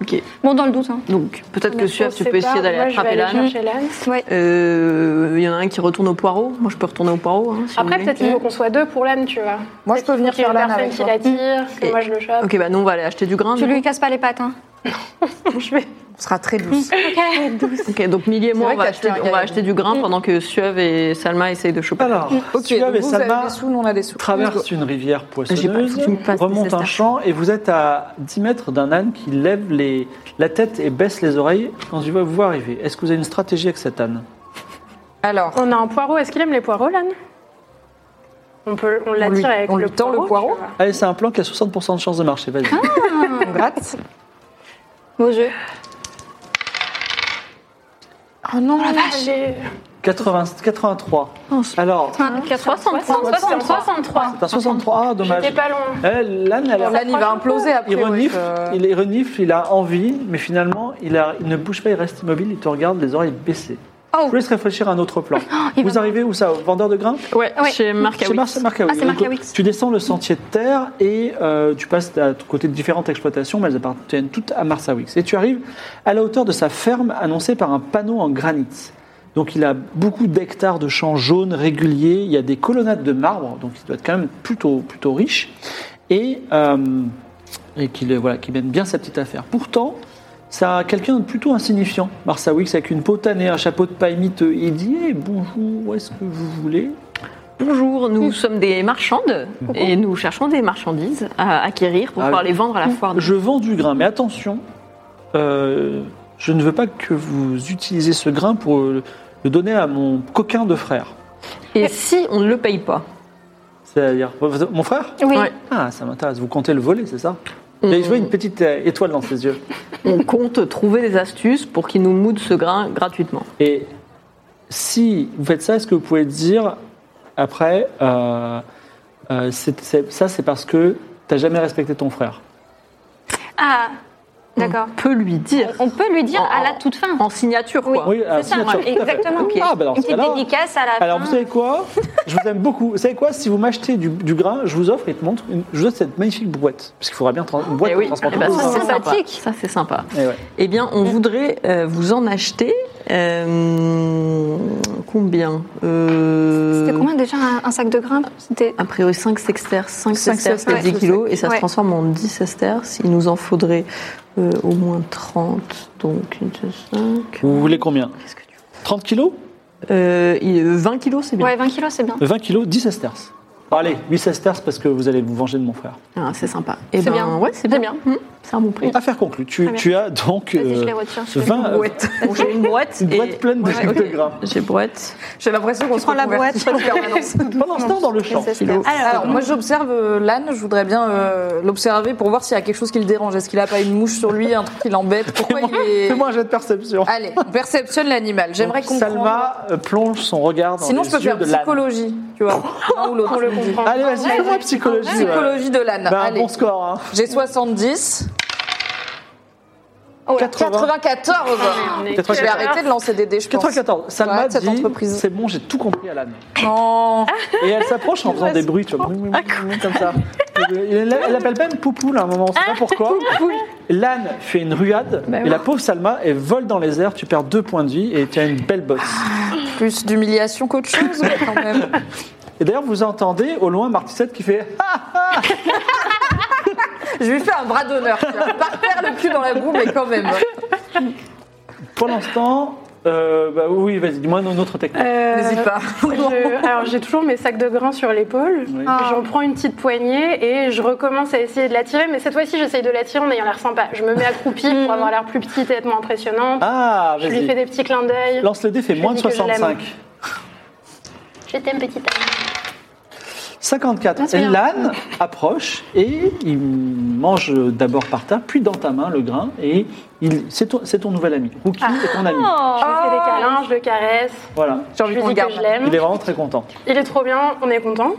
[SPEAKER 5] Ok.
[SPEAKER 7] Bon, dans le doute. Hein.
[SPEAKER 5] Donc, peut-être que
[SPEAKER 6] On
[SPEAKER 5] Suave, tu
[SPEAKER 6] sait
[SPEAKER 5] peux
[SPEAKER 6] pas.
[SPEAKER 5] essayer d'aller
[SPEAKER 6] Moi, je vais
[SPEAKER 5] attraper
[SPEAKER 6] aller
[SPEAKER 5] l'âne.
[SPEAKER 6] chercher l'âne.
[SPEAKER 5] Euh, Il y en a un qui retourne au poireau. Moi, je peux retourner au poireau. hein, si
[SPEAKER 6] Après,
[SPEAKER 5] vous voulez.
[SPEAKER 6] peut-être qu'il faut qu'on soit deux pour l'âne, tu vois.
[SPEAKER 8] Moi, je peux venir
[SPEAKER 6] Qu'il y ait
[SPEAKER 8] faire
[SPEAKER 6] une
[SPEAKER 8] l'âne
[SPEAKER 6] personne
[SPEAKER 8] avec
[SPEAKER 6] qui
[SPEAKER 8] toi.
[SPEAKER 6] l'attire, que
[SPEAKER 5] Et-
[SPEAKER 6] moi je le chope.
[SPEAKER 5] Ok, bah nous, on va aller acheter du grain.
[SPEAKER 7] Tu
[SPEAKER 5] du
[SPEAKER 7] lui casses pas les pattes. Hein.
[SPEAKER 6] Je vais-
[SPEAKER 8] On sera très douce.
[SPEAKER 5] coup. Ok, donc Millie et moi,
[SPEAKER 8] vrai
[SPEAKER 5] on va,
[SPEAKER 8] que
[SPEAKER 5] acheter,
[SPEAKER 8] t'as fait un
[SPEAKER 5] on va
[SPEAKER 8] gars,
[SPEAKER 5] acheter du grain pendant que Suave et Salma essayent de choper.
[SPEAKER 2] Alors, Suave
[SPEAKER 8] Ok, donc
[SPEAKER 2] et
[SPEAKER 8] vous avez
[SPEAKER 2] Salma
[SPEAKER 8] des sous, nous on a des sous.
[SPEAKER 2] traversent une rivière
[SPEAKER 5] J'ai pas- faut
[SPEAKER 2] poissonneuse,
[SPEAKER 5] que tu me passes
[SPEAKER 2] remontent
[SPEAKER 5] tes
[SPEAKER 2] un
[SPEAKER 5] sesterces.
[SPEAKER 2] champ et vous êtes à 10 mètres d'un âne qui lève les- la tête et baisse les oreilles quand il va vous voir arriver. Est-ce que vous avez une stratégie avec cet âne
[SPEAKER 8] Alors,
[SPEAKER 6] On a un poireau. Est-ce qu'il aime les poireaux, l'âne On peut, on l'attire
[SPEAKER 8] lui-
[SPEAKER 6] avec
[SPEAKER 8] on
[SPEAKER 6] le
[SPEAKER 8] lui tend le
[SPEAKER 6] poireau.
[SPEAKER 8] poireau
[SPEAKER 6] tu vois.
[SPEAKER 2] Allez, c'est un plan qui a 60% de chance de marcher, vas-y.
[SPEAKER 8] on gratte.
[SPEAKER 7] Beau jeu.
[SPEAKER 8] Oh non, la vache.
[SPEAKER 6] J'ai-
[SPEAKER 2] 80 83. Alors,
[SPEAKER 7] Hein 63.
[SPEAKER 6] 63.
[SPEAKER 2] t'as 63, ah, dommage.
[SPEAKER 6] J'étais pas loin.
[SPEAKER 2] Eh, L'âne, elle a-
[SPEAKER 8] L'âne, il va imploser après.
[SPEAKER 2] Il
[SPEAKER 8] ouais,
[SPEAKER 2] renifle,
[SPEAKER 8] ça-
[SPEAKER 2] il, il renifle, il a envie, mais finalement, il, a- il ne bouge pas, il reste immobile, il te regarde, les oreilles baissées. Je vous laisse réfléchir à un autre plan.
[SPEAKER 7] il
[SPEAKER 2] vous
[SPEAKER 7] va-
[SPEAKER 2] arrivez où ça au Vendeur de grains
[SPEAKER 5] Ouais,
[SPEAKER 7] Ouais.
[SPEAKER 5] chez Marc
[SPEAKER 2] C'est
[SPEAKER 5] Aoui.
[SPEAKER 2] Marc- Marc Aoui.
[SPEAKER 7] Ah, c'est
[SPEAKER 2] Donc,
[SPEAKER 7] Marc Aoui.
[SPEAKER 2] Tu descends le sentier de terre et euh, tu passes à côté de différentes exploitations, mais elles appartiennent toutes à Marsawix. Et tu arrives à la hauteur de sa ferme annoncée par un panneau en granit. Donc il a beaucoup d'hectares de champs jaunes réguliers, il y a des colonnades de marbre, donc il doit être quand même plutôt, plutôt riche, et, euh, et qu'il voilà, qu'il mène bien sa petite affaire. Pourtant, ça a quelqu'un de plutôt insignifiant, Marsawix, avec une peau tannée, un chapeau de paille miteux. Il dit Eh, Bonjour, où est-ce que vous voulez
[SPEAKER 5] Bonjour, nous sommes des marchandes et nous cherchons des marchandises à acquérir pour
[SPEAKER 2] Ah
[SPEAKER 5] pouvoir
[SPEAKER 2] oui.
[SPEAKER 5] les vendre à la foire.
[SPEAKER 2] Je vends du grain, mais attention, euh, je ne veux pas que vous utilisiez ce grain pour le le donner à mon coquin de frère.
[SPEAKER 5] Et si on ne le paye pas
[SPEAKER 2] C'est-à-dire, mon frère
[SPEAKER 7] Oui.
[SPEAKER 5] Ouais.
[SPEAKER 2] Ah, ça m'intéresse, vous comptez le voler, c'est ça
[SPEAKER 7] Mmh.
[SPEAKER 2] Et Je vois une petite euh, étoile dans ses yeux.
[SPEAKER 5] On compte trouver des astuces pour qu'ils nous moudent ce grain gratuitement.
[SPEAKER 2] Et si vous faites ça, est-ce que vous pouvez dire après, euh, euh, c'est- c'est- ça c'est parce que tu n'as jamais respecté ton frère
[SPEAKER 7] Ah, D'accord.
[SPEAKER 5] on peut lui dire
[SPEAKER 7] On peut lui dire
[SPEAKER 5] Hmm. En-
[SPEAKER 7] à la toute fin.
[SPEAKER 5] en signature,
[SPEAKER 7] Oui.
[SPEAKER 5] quoi.
[SPEAKER 2] Oui, alors,
[SPEAKER 7] C'est ça,
[SPEAKER 2] signature,
[SPEAKER 7] moi,
[SPEAKER 2] tout à fait.
[SPEAKER 7] exactement.
[SPEAKER 2] Ah, bah, dans ce
[SPEAKER 7] Une petite
[SPEAKER 2] cas-là-
[SPEAKER 7] dédicace à la
[SPEAKER 2] Alors,
[SPEAKER 7] fin.
[SPEAKER 2] vous savez quoi Je vous aime beaucoup. Vous savez quoi Si vous m'achetez du, du grain, je vous offre et te montre une- je vous offre cette magnifique boîte. Parce qu'il faudra bien tra- une boîte
[SPEAKER 5] Eh
[SPEAKER 2] pour
[SPEAKER 5] oui,
[SPEAKER 2] transporter
[SPEAKER 5] eh ben,
[SPEAKER 2] tout
[SPEAKER 5] ça
[SPEAKER 2] ça.
[SPEAKER 5] c'est
[SPEAKER 7] Ah,
[SPEAKER 5] sympa.
[SPEAKER 7] sympathique.
[SPEAKER 5] Ça c'est sympa.
[SPEAKER 2] Eh ouais.
[SPEAKER 5] Eh bien, on voudrait euh, vous en acheter euh, combien Euh, Ah,
[SPEAKER 4] C'était combien déjà un, un sac de grain C'était
[SPEAKER 5] A priori 5 sexters, 5
[SPEAKER 8] Cinq
[SPEAKER 5] sexters c'est
[SPEAKER 8] sexters,
[SPEAKER 5] 10
[SPEAKER 8] ouais.
[SPEAKER 5] kilos et ça se
[SPEAKER 4] Ouais.
[SPEAKER 5] transforme en 10 sexters. Il nous en faudrait euh, au moins 30, donc 5.
[SPEAKER 2] Vous voulez combien 30 kilos
[SPEAKER 5] Euh, il- 20 kilos c'est bien. Euh,
[SPEAKER 4] ouais, 20 kilos, c'est bien.
[SPEAKER 2] 20 kilos, 10 sesterces. Bon, allez, 8 sesterces parce que vous allez vous venger de mon frère.
[SPEAKER 5] Ah, c'est sympa. Eh
[SPEAKER 7] C'est
[SPEAKER 5] ben,
[SPEAKER 7] bien.
[SPEAKER 5] Ouais, c'est
[SPEAKER 7] C'est
[SPEAKER 5] bien. Mmh, c'est un bon prix.
[SPEAKER 2] Affaire conclue. Tu,
[SPEAKER 4] Très bien.
[SPEAKER 2] tu as donc
[SPEAKER 4] Vas-y, je
[SPEAKER 2] euh,
[SPEAKER 4] les retire. je les
[SPEAKER 2] 20, euh,
[SPEAKER 5] Bon, Ah, J'ai une boîte.
[SPEAKER 2] une boîte
[SPEAKER 5] et-
[SPEAKER 2] pleine de,
[SPEAKER 5] Ouais, ok.
[SPEAKER 2] de grain.
[SPEAKER 5] J'ai boîte.
[SPEAKER 8] J'ai l'impression qu'on se
[SPEAKER 7] prends la
[SPEAKER 8] reconvertit
[SPEAKER 7] boîte.
[SPEAKER 8] en permanence.
[SPEAKER 2] Pendant ce temps, dans le champ.
[SPEAKER 4] retire.
[SPEAKER 8] Alors, moi j'observe euh, l'âne, je voudrais bien euh, l'observer pour voir s'il y a quelque chose qui le dérange. Est-ce qu'il a pas une mouche sur lui, un truc qui l'embête Pourquoi il est.
[SPEAKER 2] Fais-moi un jet de perception.
[SPEAKER 8] Allez, on perceptionne l'animal. Ah, J'aimerais
[SPEAKER 2] qu'on
[SPEAKER 8] comprendre.
[SPEAKER 2] Salma euh, plonge son regard dans
[SPEAKER 8] Sinon,
[SPEAKER 2] les
[SPEAKER 8] je peux
[SPEAKER 2] yeux
[SPEAKER 8] faire
[SPEAKER 2] de l'âne.
[SPEAKER 8] psychologie, tu vois. Un ou l'autre.
[SPEAKER 6] On le
[SPEAKER 8] je me dis.
[SPEAKER 6] comprend.
[SPEAKER 2] Allez, vas-y, fais-moi psychologie. ouais.
[SPEAKER 8] Psychologie de l'âne.
[SPEAKER 2] Ben, un
[SPEAKER 8] Allez,
[SPEAKER 2] bon score. Hein.
[SPEAKER 8] j'ai 70.
[SPEAKER 4] Oh là, Ah
[SPEAKER 2] 80.
[SPEAKER 8] 94
[SPEAKER 6] On est-
[SPEAKER 8] Je vais arrêter de lancer des dés, je pense.
[SPEAKER 2] 94. Salma
[SPEAKER 8] Ouais, cette
[SPEAKER 2] dit
[SPEAKER 8] entreprise.
[SPEAKER 2] C'est bon, j'ai tout compris à l'âne.
[SPEAKER 8] Non.
[SPEAKER 4] Ah.
[SPEAKER 2] Et elle s'approche en faisant des bruits, tu vois, bruit, bruit, bruit, bruit, comme ça. Elle l'a- elle l'appelle même Poupoule à un moment, on
[SPEAKER 6] Ah,
[SPEAKER 2] sait pas pourquoi. L'âne fait une ruade,
[SPEAKER 5] Bah
[SPEAKER 2] et
[SPEAKER 5] oui.
[SPEAKER 2] la pauvre Salma, elle vole dans les airs, tu perds deux points de vie et tu as une belle bosse.
[SPEAKER 8] Plus d'humiliation qu'autre chose, mais quand même.
[SPEAKER 2] Et d'ailleurs, vous entendez au loin Martissette qui fait Ah
[SPEAKER 8] Je lui fais un bras d'honneur. tiens. Pas faire le cul dans la boue, mais quand même.
[SPEAKER 4] Euh,
[SPEAKER 2] Pour l'instant, euh, bah oui, vas-y, dis-moi une autre technique.
[SPEAKER 6] Euh,
[SPEAKER 8] N'hésite pas.
[SPEAKER 6] je- alors j'ai toujours mes sacs de grains sur l'épaule. Ah.
[SPEAKER 2] Oui.
[SPEAKER 8] Ah.
[SPEAKER 6] J'en prends une petite poignée et je recommence à essayer de la tirer. Mais cette fois-ci, j'essaye de la tirer en ayant l'air sympa. Je me mets accroupie
[SPEAKER 8] Mm.
[SPEAKER 6] pour avoir l'air plus petite et être moins impressionnante.
[SPEAKER 2] Ah,
[SPEAKER 6] je lui fais
[SPEAKER 2] vas-y.
[SPEAKER 6] des petits clins d'œil.
[SPEAKER 2] Lance le dé, fait
[SPEAKER 6] Je
[SPEAKER 2] moins de
[SPEAKER 6] dis que je l'aime.
[SPEAKER 2] 65.
[SPEAKER 6] Je t'aime, petite amie.
[SPEAKER 2] 54.
[SPEAKER 6] c'est
[SPEAKER 2] Et
[SPEAKER 6] bien.
[SPEAKER 2] l'âne approche et il mange d'abord par terre, puis dans ta main le grain. Et il, c'est ton, c'est ton nouvel ami. Rookie
[SPEAKER 6] Ah.
[SPEAKER 2] est ton ami.
[SPEAKER 6] Je lui fais des câlins, je le caresse.
[SPEAKER 2] Voilà.
[SPEAKER 8] Oh. J'ai
[SPEAKER 6] Je
[SPEAKER 8] envie
[SPEAKER 6] lui
[SPEAKER 8] qu'on le
[SPEAKER 6] dis que je
[SPEAKER 8] garde.
[SPEAKER 6] l'aime.
[SPEAKER 2] Il est vraiment très content.
[SPEAKER 6] Il est trop bien, on est content.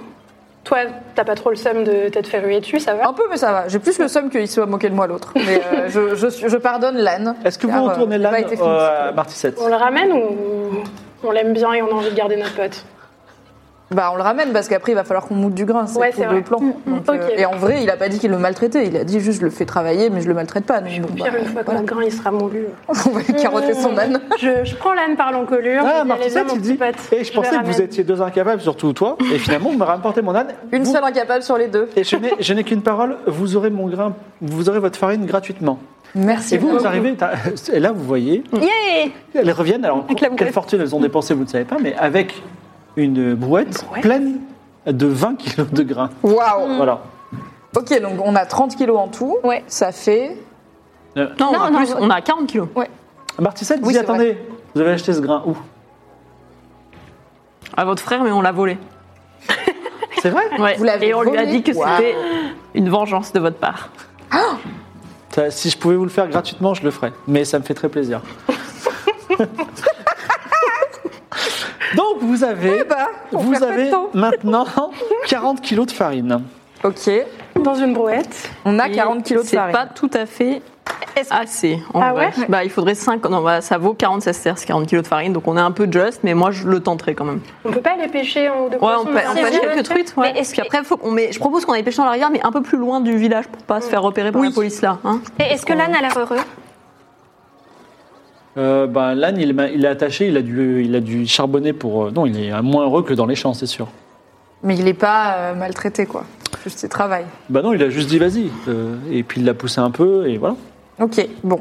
[SPEAKER 6] Toi, t'as pas trop le seum de t'être fait ruer dessus, ça va
[SPEAKER 8] Un peu, mais ça va. J'ai plus le somme qu'il se soit moqué de moi l'autre. Mais euh, je, je suis- je pardonne l'âne.
[SPEAKER 2] Est-ce que vous
[SPEAKER 8] Car, euh,
[SPEAKER 2] retournez
[SPEAKER 8] j'ai pas
[SPEAKER 2] l'âne
[SPEAKER 8] été
[SPEAKER 2] euh,
[SPEAKER 8] féministe.
[SPEAKER 2] à Martissette
[SPEAKER 6] On le ramène ou on l'aime bien et on a envie de garder notre pote
[SPEAKER 8] Bah, on le ramène parce qu'après, il va falloir qu'on moute du grain. C'est
[SPEAKER 6] Ouais,
[SPEAKER 8] pour
[SPEAKER 6] c'est
[SPEAKER 8] le
[SPEAKER 6] vrai. Mm,
[SPEAKER 8] plan. Donc,
[SPEAKER 6] Ok.
[SPEAKER 8] euh, et en vrai, il a pas dit qu'il le maltraitait. Il a dit juste, je le fais travailler, mais je le maltraite pas. Donc,
[SPEAKER 6] Au
[SPEAKER 8] bon,
[SPEAKER 6] pire,
[SPEAKER 8] bah,
[SPEAKER 6] une fois que
[SPEAKER 8] voilà.
[SPEAKER 6] notre grain il sera moulu.
[SPEAKER 8] on va lui carotter son âne.
[SPEAKER 6] Oh. Je, je prends l'âne par l'encolure. je dis,
[SPEAKER 2] Ah,
[SPEAKER 6] allez, viens,
[SPEAKER 2] Martissette,
[SPEAKER 6] mon
[SPEAKER 2] il
[SPEAKER 6] petit
[SPEAKER 2] dit
[SPEAKER 6] pote,
[SPEAKER 2] Et je,
[SPEAKER 6] le
[SPEAKER 2] pensais que vous
[SPEAKER 6] ramène.
[SPEAKER 2] étiez deux incapables, surtout toi. Et finalement, vous me rapportez mon âne.
[SPEAKER 8] Une
[SPEAKER 2] Vous-
[SPEAKER 8] seule incapable sur les deux.
[SPEAKER 2] Et je n'ai, je n'ai qu'une parole vous aurez mon grain, vous aurez votre farine gratuitement.
[SPEAKER 8] Merci.
[SPEAKER 2] Et vous, vous arrivez, t'as- et là, vous voyez,
[SPEAKER 7] Yeah
[SPEAKER 2] Elles reviennent, alors quelle fortune elles ont dépensé, vous ne savez pas, mais avec une brouette, pleine de 20 kilos de grains.
[SPEAKER 8] Waouh.
[SPEAKER 2] Voilà.
[SPEAKER 8] Ok, donc on a 30 kilos en tout.
[SPEAKER 7] Ouais.
[SPEAKER 8] Ça fait.
[SPEAKER 5] Non, on, a
[SPEAKER 7] non,
[SPEAKER 5] plus,
[SPEAKER 7] non.
[SPEAKER 5] on a 40 kilos.
[SPEAKER 2] Euh, Martissette dit
[SPEAKER 8] Oui, c'est
[SPEAKER 2] attendez, vous avez acheté ce grain où
[SPEAKER 5] À votre frère, mais on l'a volé.
[SPEAKER 2] C'est vrai
[SPEAKER 5] Ouais.
[SPEAKER 8] Vous l'avez
[SPEAKER 5] Et on lui a
[SPEAKER 8] volé
[SPEAKER 5] dit que
[SPEAKER 8] Wow.
[SPEAKER 5] c'était une vengeance de votre part.
[SPEAKER 2] Ça, Si je pouvais vous le faire gratuitement, je le ferais. Mais ça me fait très plaisir. Donc vous avez,
[SPEAKER 8] Eh ben, on
[SPEAKER 2] vous
[SPEAKER 8] perd pas de
[SPEAKER 2] avez
[SPEAKER 8] temps.
[SPEAKER 2] maintenant 40 kilos de farine.
[SPEAKER 8] Ok.
[SPEAKER 6] Dans une brouette.
[SPEAKER 8] On a
[SPEAKER 5] Et
[SPEAKER 8] 40 kilos de
[SPEAKER 5] C'est
[SPEAKER 8] farine.
[SPEAKER 5] pas tout à fait assez. En
[SPEAKER 6] Ah
[SPEAKER 5] vrai.
[SPEAKER 6] ouais
[SPEAKER 5] Bah, il faudrait 5. Non, bah, ça vaut 40 sesterces, 40 kilos de farine, donc on est un peu just, mais moi je le tenterai quand même.
[SPEAKER 6] On peut pas aller pêcher en haut de
[SPEAKER 5] Ouais,
[SPEAKER 6] poisson,
[SPEAKER 5] on peut
[SPEAKER 6] mais
[SPEAKER 5] on
[SPEAKER 6] c'est
[SPEAKER 5] peut acheter
[SPEAKER 6] bien.
[SPEAKER 5] quelques truites. Ouais.
[SPEAKER 7] Mais est-ce
[SPEAKER 5] Puis
[SPEAKER 7] que-
[SPEAKER 5] après, faut qu'on met... je propose qu'on aille pêcher dans la rivière, mais un peu plus loin du village pour pas se faire repérer par
[SPEAKER 8] Oui.
[SPEAKER 5] la police là. hein.
[SPEAKER 7] Et est-ce que l'âne a l'air heureux
[SPEAKER 2] Euh, ben, L'âne, il, m'a- il est attaché, il a, dû, il a dû charbonner pour... euh, non, il est moins heureux que dans les champs, c'est sûr.
[SPEAKER 8] Mais il est pas euh, maltraité, quoi. Juste, il travaille.
[SPEAKER 2] Bah non, il a juste dit vas-y. Euh, et puis il l'a poussé un peu et voilà.
[SPEAKER 8] Ok, bon.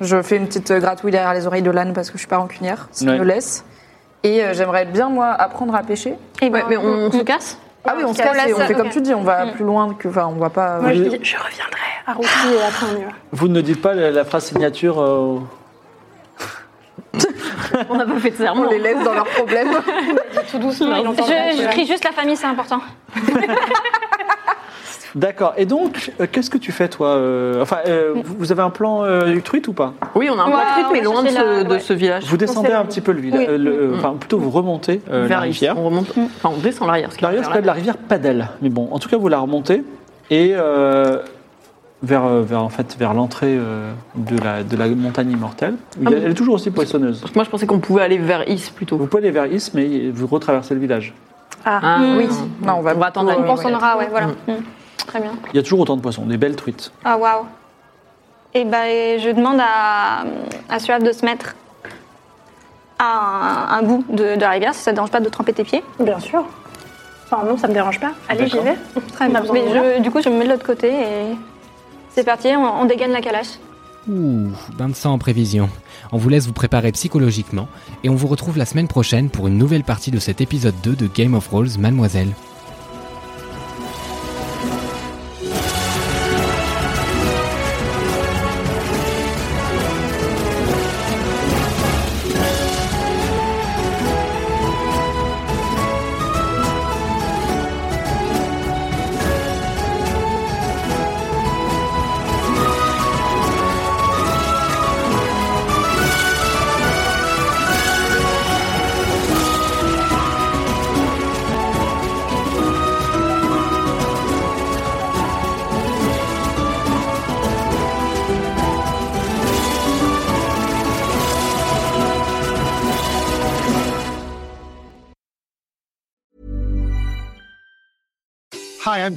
[SPEAKER 8] Je fais une petite euh, gratouille derrière les oreilles de l'âne parce que je suis pas rancunière. Ça
[SPEAKER 2] Ouais.
[SPEAKER 8] me laisse. Et euh, j'aimerais bien, moi, apprendre à pêcher.
[SPEAKER 7] Eh ben,
[SPEAKER 5] Ouais, mais on, on se casse
[SPEAKER 8] Ah oui, on
[SPEAKER 7] on
[SPEAKER 8] se
[SPEAKER 7] se
[SPEAKER 8] casse
[SPEAKER 7] laisse,
[SPEAKER 8] et on fait
[SPEAKER 7] ok.
[SPEAKER 8] comme tu dis, on va plus loin que. Enfin, on va pas.
[SPEAKER 6] Mm.
[SPEAKER 8] euh,
[SPEAKER 6] Moi je
[SPEAKER 2] Oui.
[SPEAKER 6] dis, je reviendrai à Rocky et après on y va.
[SPEAKER 2] Vous ne dites pas la, la phrase signature euh,
[SPEAKER 5] On n'a pas fait de serment.
[SPEAKER 8] On les laisse dans leurs problèmes.
[SPEAKER 6] Tout doucement, il
[SPEAKER 7] Je,
[SPEAKER 6] entendra, tu
[SPEAKER 7] je
[SPEAKER 6] vois.
[SPEAKER 7] crie juste la famille, c'est important.
[SPEAKER 2] D'accord. Et donc, euh, qu'est-ce que tu fais, toi euh, Enfin, euh, vous vous avez un plan euh, du truite ou pas
[SPEAKER 5] Oui, on a un peu
[SPEAKER 7] Ouais,
[SPEAKER 5] de truites,
[SPEAKER 7] on
[SPEAKER 5] mais
[SPEAKER 7] va
[SPEAKER 5] loin de
[SPEAKER 7] chercher
[SPEAKER 5] ce,
[SPEAKER 7] la-
[SPEAKER 5] de
[SPEAKER 7] ouais.
[SPEAKER 5] ce village.
[SPEAKER 2] Vous descendez un petit peu le village.
[SPEAKER 7] Oui.
[SPEAKER 2] euh, le- Enfin, plutôt vous remontez euh, la
[SPEAKER 5] vers ici.
[SPEAKER 2] rivière.
[SPEAKER 5] On remonte. Enfin, on descend la rivière. parce que
[SPEAKER 2] La rivière
[SPEAKER 5] vers là-
[SPEAKER 2] s'appelle la rivière Padel. Mais bon, en tout cas, vous la remontez. Et euh, vers, euh, vers, en fait, vers l'entrée euh, de, la, de la montagne immortelle. où il y a-
[SPEAKER 5] Ah bon.
[SPEAKER 2] Elle est toujours aussi poissonneuse.
[SPEAKER 5] Parce que moi, je pensais qu'on pouvait aller vers Is plutôt.
[SPEAKER 2] Vous pouvez aller vers Is, mais vous retraversez le village.
[SPEAKER 10] Ah,
[SPEAKER 5] Ah,
[SPEAKER 7] Oui.
[SPEAKER 5] Non, on va, attendre.
[SPEAKER 7] On
[SPEAKER 5] la nuit.
[SPEAKER 7] consommera, ouais, voilà. Mm. Très bien.
[SPEAKER 2] Il y a toujours autant de poissons, des belles truites.
[SPEAKER 7] Ah, waouh. Et ben, je demande à, à Suave de se mettre à un, un bout de, de la rivière, si ça ne dérange pas de tremper tes pieds.
[SPEAKER 10] bien sûr. Enfin, non, ça me dérange pas. Allez, j'y
[SPEAKER 2] D'accord.
[SPEAKER 10] vais.
[SPEAKER 7] Très bien.
[SPEAKER 10] besoin
[SPEAKER 7] Mais
[SPEAKER 10] de moi.
[SPEAKER 7] je- du coup, je me mets de l'autre côté et c'est parti, on, on dégaine la calache.
[SPEAKER 1] Ouh, bain de sang en prévision. On vous laisse vous préparer psychologiquement et on vous retrouve la semaine prochaine pour une nouvelle partie de cet épisode 2 de Game of Rolls Mademoiselle.
[SPEAKER 6] Hi, I'm